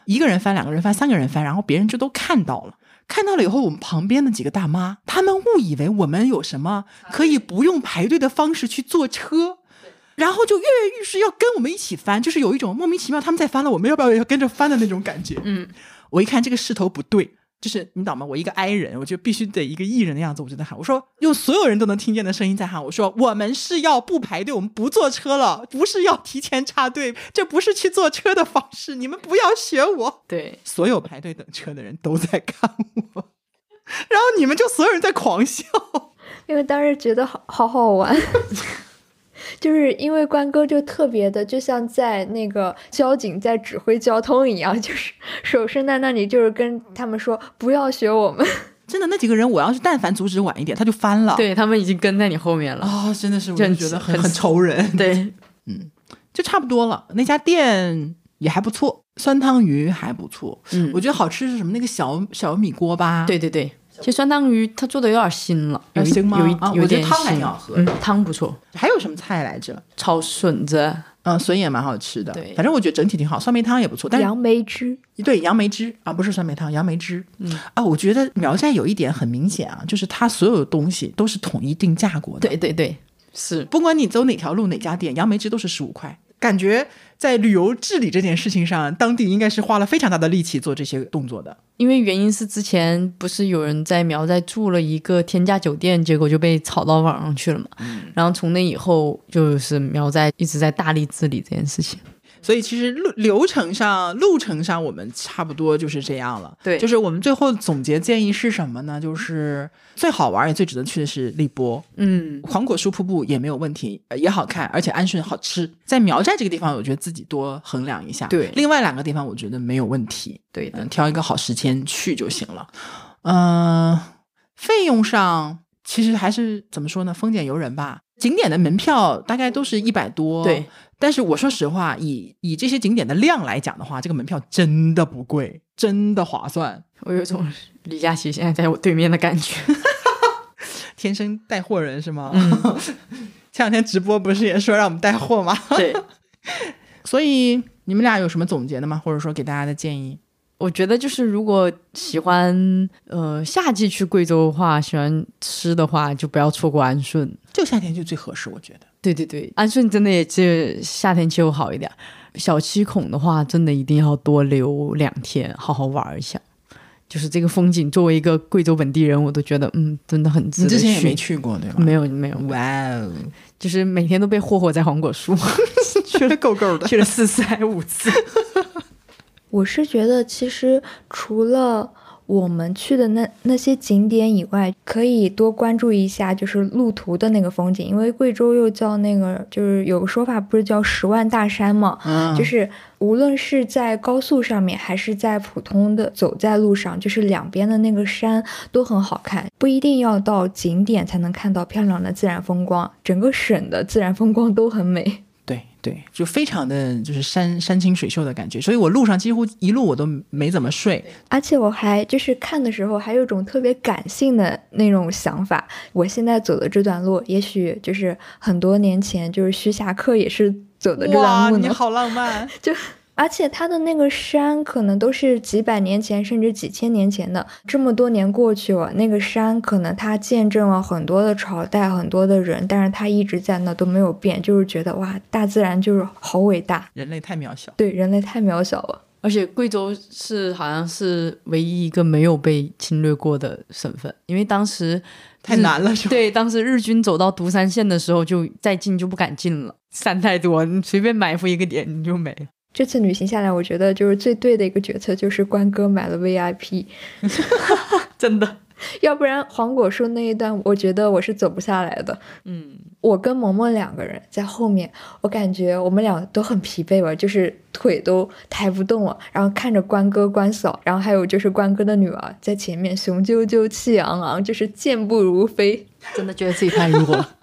一个人翻，两个人翻，三个人翻，然后别人就都看到了。看到了以后，我们旁边的几个大妈，她们误以为我们有什么可以不用排队的方式去坐车，然后就跃跃欲试，要跟我们一起翻，就是有一种莫名其妙他们在翻了，我们要不要也跟着翻的那种感觉。嗯，我一看这个势头不对，就是你懂吗？我一个 I 人，我就必须得一个 E 人的样子，我就在喊，我说用所有人都能听见的声音在喊，我说我们是要不排队，我们不坐车了，不是要提前插队，这不是去坐车的方式，你们不要学我。对，所有排队等车的人都在看我，然后你们就所有人在狂笑。因为当时觉得好好好玩。 就是因为关哥就特别的，就像在那个交警在指挥交通一样，就是手伸在那里，就是跟他们说不要学我们。真的，那几个人我要是但凡阻止晚一点，他就翻了。对他们已经跟在你后面了。啊、真的是我就就很觉得很很很愁人。对，就差不多了。那家店也还不错，酸汤鱼还不错。嗯我觉得好吃是什么？那个小小米锅巴，对对对，其实酸汤鱼它做的有点腥了，有啊一腥吗有一啊有我觉得一点汤还腥挺好喝嗯，汤不错，还有什么菜来着？炒笋子，嗯，笋也蛮好吃的。对反正我觉得整体挺好，酸梅汤也不错。但杨是梅汁，对杨梅汁啊，不是酸梅汤，杨梅汁。嗯啊，我觉得苗寨有一点很明显啊，就是它所有东西都是统一定价过的。对对对，是不管你走哪条路哪家店，杨梅汁都是十五块。感觉在旅游治理这件事情上，当地应该是花了非常大的力气做这些动作的。因为原因是之前不是有人在苗寨住了一个天价酒店，结果就被炒到网上去了嘛。然后从那以后，就是苗寨一直在大力治理这件事情。所以其实路流程上、路程上，我们差不多就是这样了。对就是我们最后总结建议是什么呢？就是最好玩也最值得去的是荔波，嗯，黄果树瀑布也没有问题，呃也好看，而且安顺好吃。在苗寨这个地方，我觉得自己多衡量一下。对另外两个地方我觉得没有问题，对的嗯，，挑一个好时间去就行了。嗯、费用上其实还是怎么说呢？丰俭由人吧。景点的门票大概都是一百多，对。但是我说实话，以以这些景点的量来讲的话，这个门票真的不贵，真的划算。我有种李佳琦现在在我对面的感觉。天生带货人是吗？ 前两天直播不是也说让我们带货吗？ 对，所以你们俩有什么总结的吗？或者说给大家的建议？我觉得就是如果喜欢呃夏季去贵州的话，喜欢吃的话，就不要错过安顺。就夏天就最合适，我觉得。对对对，安顺真的也是夏天气候好一点。小七孔的话，真的一定要多留两天，好好玩一下。就是这个风景，作为一个贵州本地人，我都觉得嗯，真的很值你得之前也去没去过对吧？没有没有，哇 哦，就是每天都被霍霍在黄果树， 去了够够的。去了四次还是五次。我是觉得，其实除了我们去的那那些景点以外，可以多关注一下就是路途的那个风景，因为贵州又叫那个，就是有个说法不是叫十万大山嘛，嗯就是无论是在高速上面，还是在普通的走在路上，就是两边的那个山都很好看，不一定要到景点才能看到漂亮的自然风光，整个省的自然风光都很美。对对，就非常的就是山山清水秀的感觉，所以我路上几乎一路我都没怎么睡。而且我还就是看的时候，还有一种特别感性的那种想法。我现在走的这段路，也许就是很多年前，就是徐霞客也是走的这段路呢。好浪漫！ 而且它的那个山，可能都是几百年前甚至几千年前的。这么多年过去了，那个山可能它见证了很多的朝代、很多的人，但是它一直在那都没有变，就是觉得哇，大自然就是好伟大。人类太渺小。对，人类太渺小了。而且贵州是好像是唯一一个没有被侵略过的省份，因为当时嗯太难了是吧对，当时日军走到独山县的时候，就再进就不敢进了，山太多，你随便埋伏一个点你就没了。这次旅行下来，我觉得就是最对的一个决策就是关哥买了 VIP，真的，要不然黄果树那一段，我觉得我是走不下来的。嗯，我跟萌萌两个人在后面，我感觉我们俩都很疲惫吧，就是腿都抬不动了。然后看着关哥、关嫂，然后还有就是关哥的女儿在前面雄赳赳、气昂昂，就是健步如飞。真的觉得自己太弱了。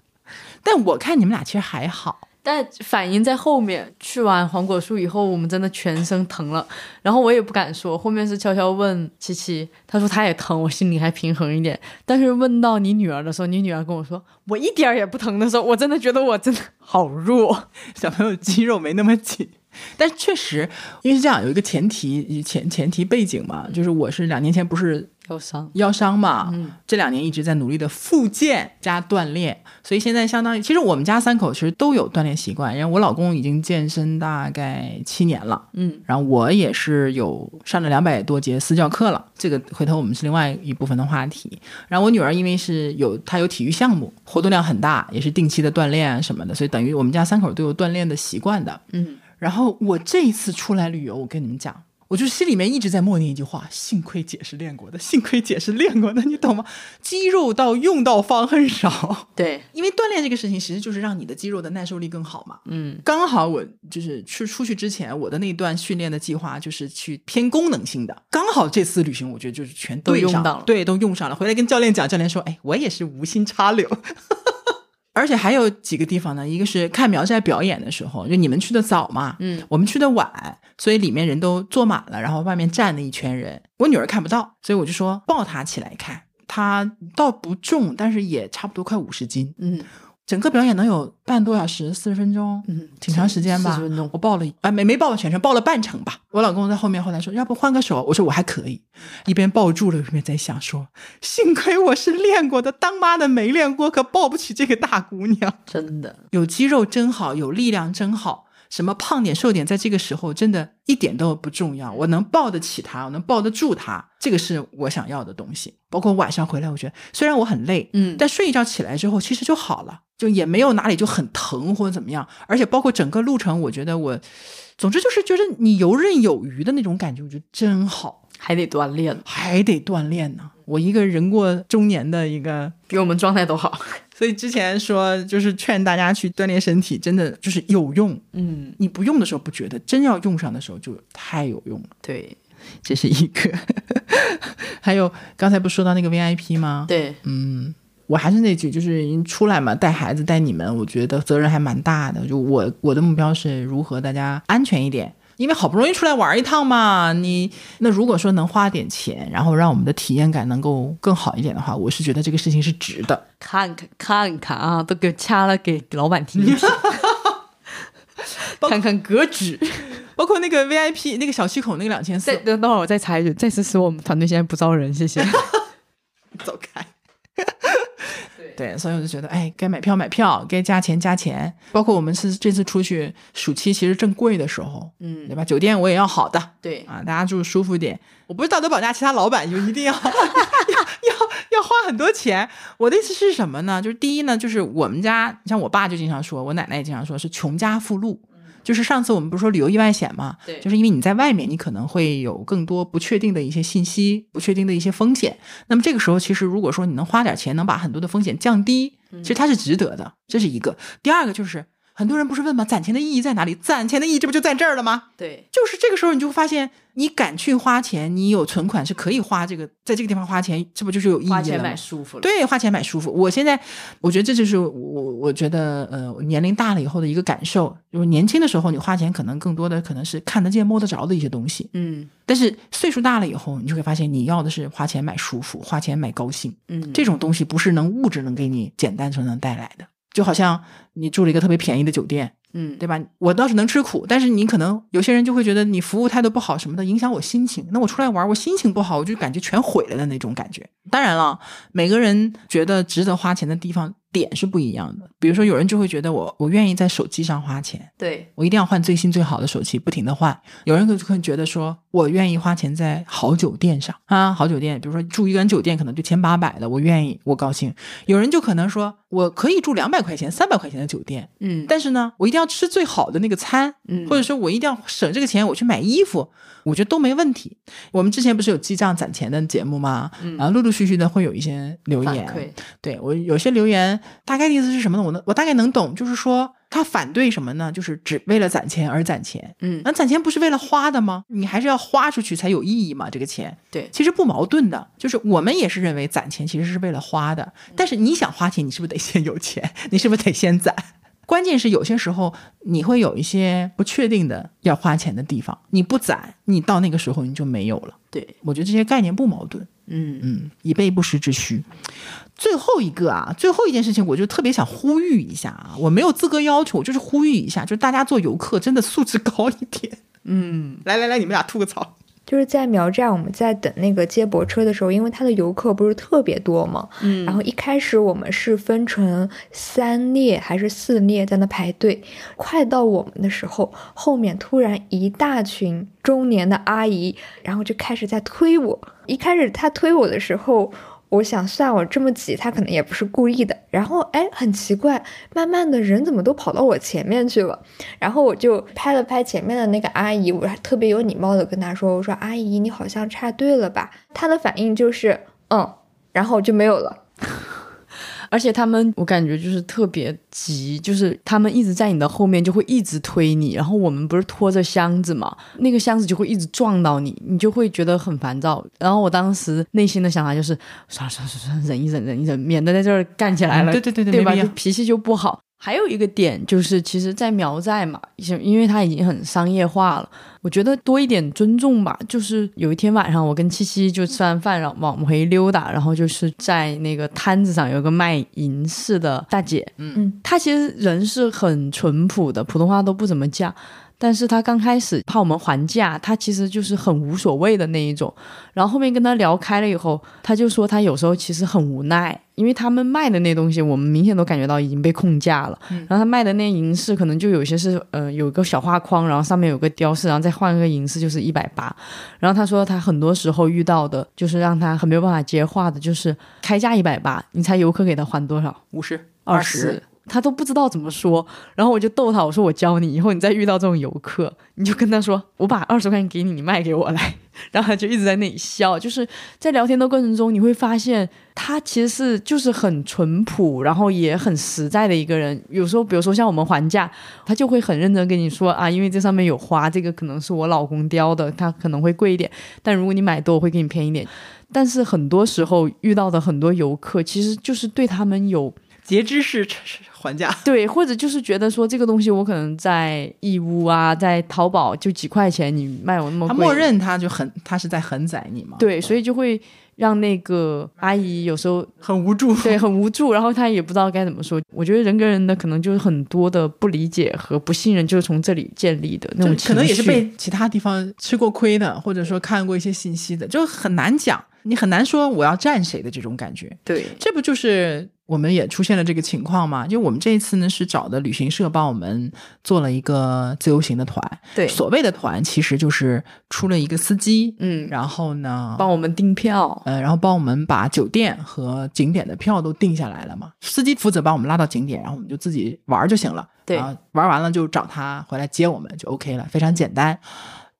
但我看你们俩其实还好，但反应在后面，去完黄果树以后，我们真的全身疼了。然后我也不敢说，后面是悄悄问七七，她说她也疼，我心里还平衡一点。但是问到你女儿的时候，你女儿跟我说我一点儿也不疼的时候，我真的觉得我真的好弱。小朋友肌肉没那么紧。但确实，因为是这样，有一个前提前前提背景嘛，就是我是两年前不是腰伤，腰伤嘛，这两年一直在努力的复健加锻炼，所以现在相当于，其实我们家三口其实都有锻炼习惯，因为我老公已经健身大概七年了，嗯，然后我也是有上了两百多节私教课了，这个回头我们是另外一部分的话题。然后我女儿因为是有她有体育项目，活动量很大，也是定期的锻炼啊什么的，所以等于我们家三口都有锻炼的习惯的。嗯，然后我这一次出来旅游，我跟你们讲。我就心里面一直在默念一句话：幸亏姐是练过的，幸亏姐是练过的，你懂吗？肌肉到用到方很少，对，因为锻炼这个事情，其实就是让你的肌肉的耐受力更好嘛。嗯刚好我就是去出去之前，我的那段训练的计划就是去偏功能性的，刚好这次旅行我觉得就是全对都上用到了对，都用上了。回来跟教练讲，教练说：“哎，我也是无心插柳。” 而且还有几个地方呢，一个是看苗寨表演的时候，就你们去的早嘛，嗯，我们去的晚，所以里面人都坐满了，然后外面站了一圈人。我女儿看不到，所以我就说抱她起来看。她倒不重，但是也差不多快五十斤。嗯整个表演能有半多小时，四十分钟，嗯挺长时间吧。 40分钟我报了，啊，没没报全程，报了半程吧。我老公在后面，后来说，要不换个手？我说我还可以，一边抱住了，一边在想说，幸亏我是练过的，当妈的没练过，可抱不起这个大姑娘。真的，有肌肉真好，有力量真好。什么胖点瘦点，在这个时候真的一点都不重要。我能抱得起他，我能抱得住他，这个是我想要的东西。包括晚上回来，我觉得虽然我很累，嗯但睡一觉起来之后，其实就好了，就也没有哪里就很疼或者怎么样。而且包括整个路程，我觉得我，总之就是觉得你游刃有余的那种感觉，我觉得真好。还得锻炼，还得锻炼呢。我一个人过中年的一个，比我们状态都好。所以之前说就是劝大家去锻炼身体，真的就是有用。嗯，你不用的时候不觉得，真要用上的时候就太有用了。对这是一个。 还有刚才不说到那个 VIP 吗？对，嗯，我还是那句，就是已经出来嘛，带孩子带你们，我觉得责任还蛮大的。就我我的目标是如何大家安全一点，因为好不容易出来玩一趟嘛，你那如果说能花点钱，然后让我们的体验感能够更好一点的话，我是觉得这个事情是值的。看看看看啊，都给掐了给老板听一听， 看看格局。包括那个 VIP 那个小区口那个两千再四， 等等会儿我再插一句，再次使我们团队现在不招人，谢谢。走 开。对，所以我就觉得，哎，该买票买票，该加钱加钱。包括我们是这次出去暑期，其实正贵的时候，嗯对，吧？酒店我也要好的，对，啊，大家住舒服点。我不是道德绑架其他老板，就一定要 要要要花很多钱。我的意思是什么呢？就是第一呢，就是我们家，像我爸就经常说，我奶奶也经常说，是穷家富路。就是上次我们不是说旅游意外险嘛，对就是因为你在外面，你可能会有更多不确定的一些信息、不确定的一些风险。那么这个时候，其实如果说你能花点钱，能把很多的风险降低，其实它是值得的，这是一个。第二个就是，很多人不是问吗？攒钱的意义在哪里？攒钱的意义，这不就在这儿了吗？对，就是这个时候，你就会发现，你敢去花钱，你有存款是可以花这个，在这个地方花钱，这不就是有意义花了钱吗买？舒服了。对，花钱买舒服。我现在，我觉得这就是我，我觉得，呃，年龄大了以后的一个感受，就是年轻的时候，你花钱可能更多的可能是看得见、摸得着的一些东西，嗯但是岁数大了以后，你就会发现，你要的是花钱买舒服，花钱买高兴。嗯，这种东西不是能物质能给你简单就能带来的，就好像你住了一个特别便宜的酒店，嗯对吧？我倒是能吃苦，但是你可能有些人就会觉得你服务态度不好什么的，影响我心情。那我出来玩，我心情不好，我就感觉全毁了的那种感觉。当然了，每个人觉得值得花钱的地方点是不一样的。比如说，有人就会觉得我我愿意在手机上花钱，对我一定要换最新最好的手机，不停的换。有人可能觉得说，我愿意花钱在好酒店上啊，好酒店，比如说住一晚酒店可能就千八百的，我愿意，我高兴。有人就可能说，我可以住两百块钱、三百块钱的酒店，嗯但是呢，我一定要吃最好的那个餐，嗯或者说我一定要省这个钱我去买衣服，我觉得都没问题。我们之前不是有记账攒钱的节目吗？嗯然后陆陆续续的会有一些留反言，馈对我有些留言大概的意思是什么呢？我能我大概能懂，就是说他反对什么呢？就是只为了攒钱而攒钱。嗯那攒钱不是为了花的吗？你还是要花出去才有意义嘛？这个钱对其实不矛盾的，就是我们也是认为攒钱其实是为了花的，但是你想花钱，你是不是得先有钱？ 你是不是得先攒？关键是有些时候你会有一些不确定的要花钱的地方，你不攒，你到那个时候你就没有了。对我觉得这些概念不矛盾。嗯嗯，以备不时之需。最后一个啊，最后一件事情，我就特别想呼吁一下啊，我没有资格要求，我就是呼吁一下，就是大家做游客真的素质高一点。嗯来来来，你们俩吐个槽。就是在苗寨，我们在等那个接驳车的时候，因为它的游客不是特别多嘛，嗯然后一开始我们是分成三列还是四列在那排队，快到我们的时候，后面突然一大群中年的阿姨，然后就开始在推我。一开始她推我的时候，我想算我这么挤，她可能也不是故意的。然后哎，很奇怪，慢慢的人怎么都跑到我前面去了。然后我就拍了拍前面的那个阿姨，我还特别有礼貌的跟她说：“我说阿姨，你好像插队了吧？”她的反应就是嗯，然后就没有了。而且他们，我感觉就是特别急，就是他们一直在你的后面，就会一直推你。然后我们不是拖着箱子嘛，那个箱子就会一直撞到你，你就会觉得很烦躁。然后我当时内心的想法就是，算了算了算了，忍一忍，忍一忍，免得在这儿干起来了。嗯对对对对对吧？没必就要脾气就不好。还有一个点就是，其实，在苗寨嘛，因因为它已经很商业化了，我觉得多一点尊重吧。就是有一天晚上，我跟七七就吃完饭，然后往回溜达，然后就是在那个摊子上有个卖银饰的大姐，嗯，她其实人是很淳朴的，普通话都不怎么讲，但是他刚开始怕我们还价，他其实就是很无所谓的那一种。然后后面跟他聊开了以后，他就说他有时候其实很无奈，因为他们卖的那东西，我们明显都感觉到已经被控价了。然后他卖的那银饰，可能就有些是呃有个小画框，然后上面有个雕饰，然后再换一个银饰就是一百八。然后他说他很多时候遇到的就是让他很没有办法接话的，就是开价一百八，你猜游客给他还多少？五十、 20，他都不知道怎么说。然后我就逗他，我说我教你，以后你再遇到这种游客，你就跟他说，我把二十块钱给你，你卖给我来。 然后他就一直在那里笑，就是在聊天的过程中，你会发现他其实是就是很淳朴，然后也很实在的一个人。有时候，比如说像我们还价，他就会很认真跟你说啊，因为这上面有花，这个可能是我老公雕的，它可能会贵一点，但如果你买多，我会给你便宜一点。但是很多时候遇到的很多游客，其实就是对他们有截肢式还价。对，或者就是觉得说这个东西我可能在义乌啊，在淘宝就几块钱，你卖我那么他贵，默认他就很，他是在很宰你嘛，，对，所以就会让那个阿姨有时候很无助。对很无助，然后她也不知道该怎么说。我觉得人跟人的可能就是很多的不理解和不信任，就是从这里建立的那种就情绪。可能也是被其他地方吃过亏的，或者说看过一些信息的，就很难讲，你很难说我要站谁的这种感觉。对这不就是我们也出现了这个情况吗？就我们这一次呢是找的旅行社帮我们做了一个自由行的团，对，所谓的团其实就是出了一个司机，嗯，然后呢帮我们订票，呃，然后帮我们把酒店和景点的票都定下来了嘛，司机负责把我们拉到景点，然后我们就自己玩儿就行了。对然后玩完了就找他回来接我们就 OK 了，非常简单。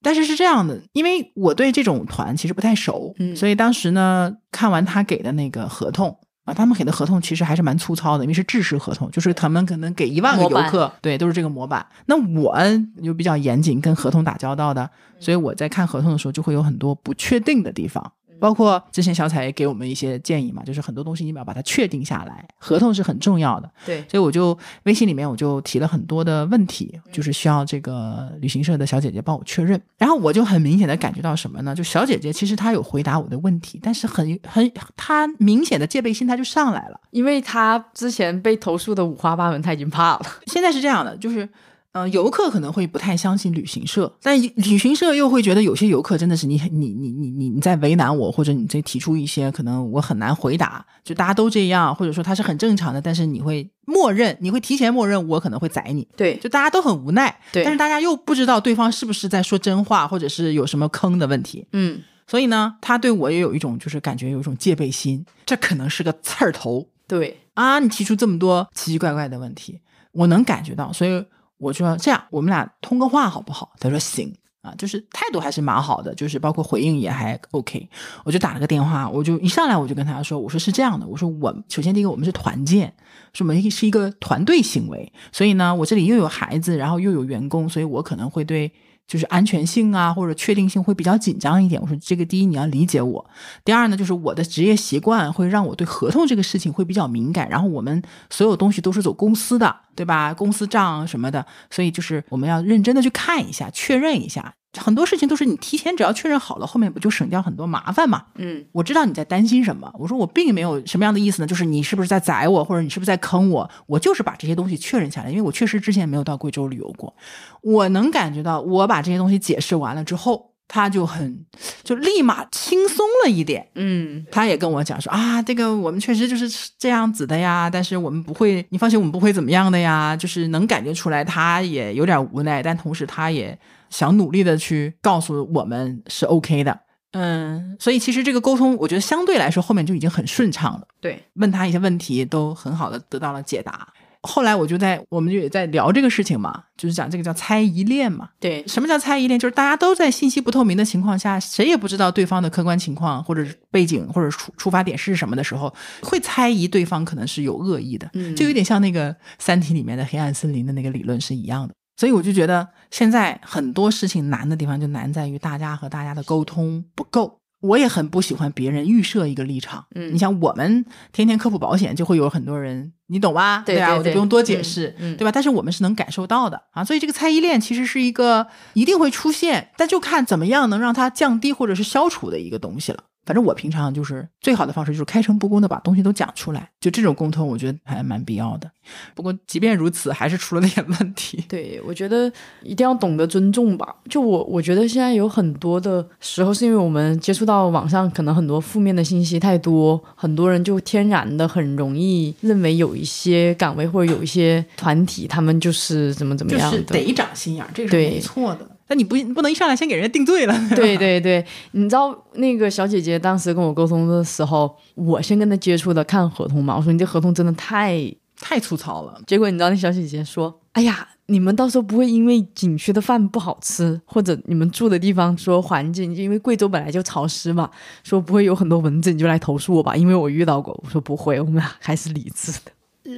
但是是这样的，因为我对这种团其实不太熟，嗯所以当时呢看完他给的那个合同啊，他们给的合同其实还是蛮粗糙的，因为是制式合同，就是他们可能给一万个模板游客，对，都是这个模板。那我就比较严谨，跟合同打交道的，所以我在看合同的时候就会有很多不确定的地方。嗯包括之前小彩也给我们一些建议嘛，就是很多东西你们要把它确定下来，合同是很重要的。对所以我就微信里面我就提了很多的问题，嗯就是需要这个旅行社的小姐姐帮我确认。然后我就很明显的感觉到什么呢？就小姐姐其实她有回答我的问题，但是很很她明显的戒备心她就上来了。因为他之前被投诉的五花八门，他已经怕了。现在是这样的，就是。呃，游客可能会不太相信旅行社，但旅行社又会觉得有些游客真的是你你你你你你在为难我，或者你在提出一些可能我很难回答，就大家都这样，或者说它是很正常的，但是你会默认，你会提前默认我可能会宰你，对就大家都很无奈，对但是大家又不知道对方是不是在说真话，或者是有什么坑的问题， 嗯，所以呢，他对我也有一种就是感觉有一种戒备心，这可能是个刺儿头对，啊！你提出这么多奇奇怪怪的问题，我能感觉到，所以我说这样，我们俩通个话好不好？他说行啊，就是态度还是蛮好的，就是包括回应也还 OK。我就打了个电话，我就一上来我就跟他说，我说是这样的，我说我首先第一个我们是团建，是我们是一个团队行为，所以呢，我这里又有孩子，然后又有员工，所以我可能会对就是安全性啊或者确定性会比较紧张一点。我说这个第一你要理解我，第二呢就是我的职业习惯会让我对合同这个事情会比较敏感，然后我们所有东西都是走公司的，对吧？公司账什么的，所以就是我们要认真的去看一下，确认一下。很多事情都是你提前只要确认好了，后面不就省掉很多麻烦嘛？嗯，我知道你在担心什么。我说我并没有什么样的意思呢，就是你是不是在宰我，或者你是不是在坑我？我就是把这些东西确认下来，因为我确实之前没有到贵州旅游过，我能感觉到，我把这些东西解释完了之后，他就很就立马轻松了一点。嗯，他也跟我讲说啊，这个我们确实就是这样子的呀，但是我们不会，你放心，我们不会怎么样的呀。就是能感觉出来，他也有点无奈，但同时他也想努力的去告诉我们是 OK 的。嗯，所以其实这个沟通，我觉得相对来说后面就已经很顺畅了。对，问他一些问题都很好的得到了解答。后来我就在我们就也在聊这个事情嘛，就是讲这个叫猜疑链嘛。对，什么叫猜疑链？就是大家都在信息不透明的情况下，谁也不知道对方的客观情况或者是背景或者出出发点是什么的时候，会猜疑对方可能是有恶意的，嗯就有点像那个《三体》里面的黑暗森林的那个理论是一样的。所以我就觉得现在很多事情难的地方就难在于大家和大家的沟通不够。我也很不喜欢别人预设一个立场，嗯你像我们天天科普保险，就会有很多人，你懂吧？对啊，对我就对不用多解嗯释，嗯对吧？但是我们是能感受到的啊，所以这个猜疑链其实是一个一定会出现，但就看怎么样能让它降低或者是消除的一个东西了。反正我平常就是最好的方式就是开诚布公的把东西都讲出来，就这种沟通，我觉得还蛮必要的。不过即便如此，还是出了点问题。对，我觉得一定要懂得尊重吧。就我，我觉得现在有很多的时候，是因为我们接触到网上可能很多负面的信息太多，很多人就天然的很容易认为有一些岗位或者有一些团体，他们 就是怎么怎么样的，长心眼，这是对没错的。但你不你不能一上来先给人家定罪了。对对对，你知道那个小姐姐当时跟我沟通的时候，我先跟她接触的看合同嘛，我说你这合同真的太…… 太粗糙了，结果你知道那小姐姐说：“哎呀，你们到时候不会因为景区的饭不好吃，或者你们住的地方说环境，因为贵州本来就潮湿嘛，说不会有很多蚊子，你就来投诉我吧，因为我遇到过。”我说：“不会，我们俩还是理智的。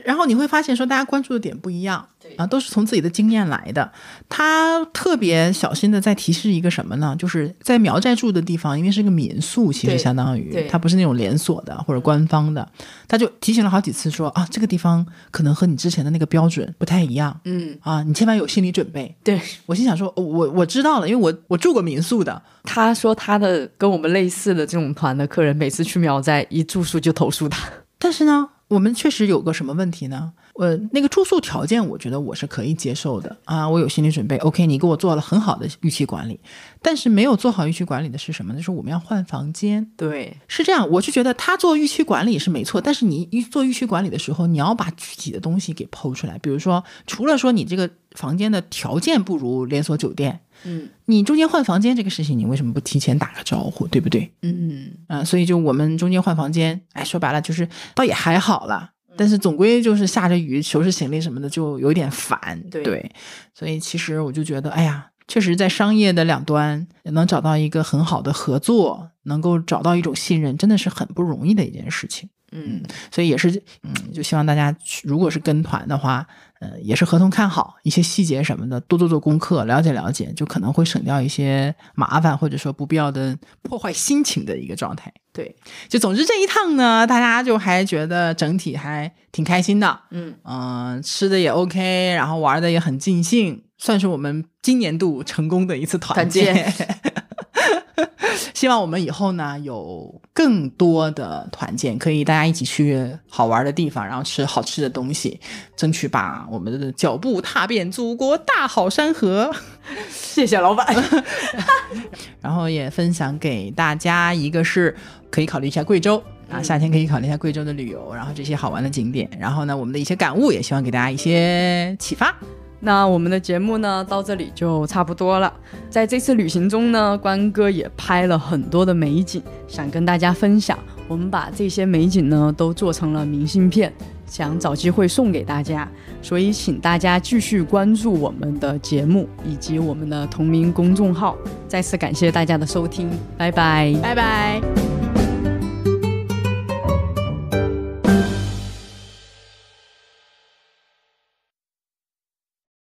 然后你会发现说大家关注的点不一样，啊，都是从自己的经验来的。他特别小心的在提示一个什么呢？就是在苗寨住的地方，因为是个民宿，其实对相当对于它不是那种连锁的或者官方的，他就提醒了好几次说啊，这个地方可能和你之前的那个标准不太一样”嗯，啊，你千万有心理准备。对。我心想说，哦我我知道了，因为我我住过民宿的，她说她的跟我们类似的这种团的客人，每次去苗寨一住宿就投诉她。但是呢，我们确实有个什么问题呢？呃，那个住宿条件，我觉得我是可以接受的啊，我有心理准备。OK，你给我做了很好的预期管理，但是没有做好预期管理的是什么呢？就是我们要换房间。对是这样，我是觉得他做预期管理是没错，但是你一做预期管理的时候，你要把具体的东西给剖出来。比如说，除了说你这个房间的条件不如连锁酒店，嗯，你中间换房间这个事情，你为什么不提前打个招呼，对不对？ 嗯，啊、所以就我们中间换房间，哎，说白了就是倒也还好啦，嗯但是总归就是下着雨收拾行李什么的就有点烦，对所以其实我就觉得，哎呀，确实在商业的两端能找到一个很好的合作，能够找到一种信任，真的是很不容易的一件事情。嗯，所以也是，嗯，就希望大家去，如果是跟团的话，呃，也是合同看好一些细节什么的，多做做功课，了解了解，就可能会省掉一些麻烦或者说不必要的破坏心情的一个状态。对，就总之这一趟呢，大家就还觉得整体还挺开心的，嗯，嗯、吃的也 OK，然后玩的也很尽兴，算是我们今年度成功的一次团团希望我们以后呢有更多的团建，可以大家一起去好玩的地方，然后吃好吃的东西，争取把我们的脚步踏遍祖国大好山河。谢谢老板。然后也分享给大家，一个是可以考虑一下贵州啊，夏天可以考虑一下贵州的旅游，然后这些好玩的景点，然后呢，我们的一些感悟，也希望给大家一些启发。那我们的节目呢，到这里就差不多了。在这次旅行中呢，关哥也拍了很多的美景，想跟大家分享。我们把这些美景呢，都做成了明信片，想找机会送给大家。所以，请大家继续关注我们的节目以及我们的同名公众号。再次感谢大家的收听，拜拜。拜拜。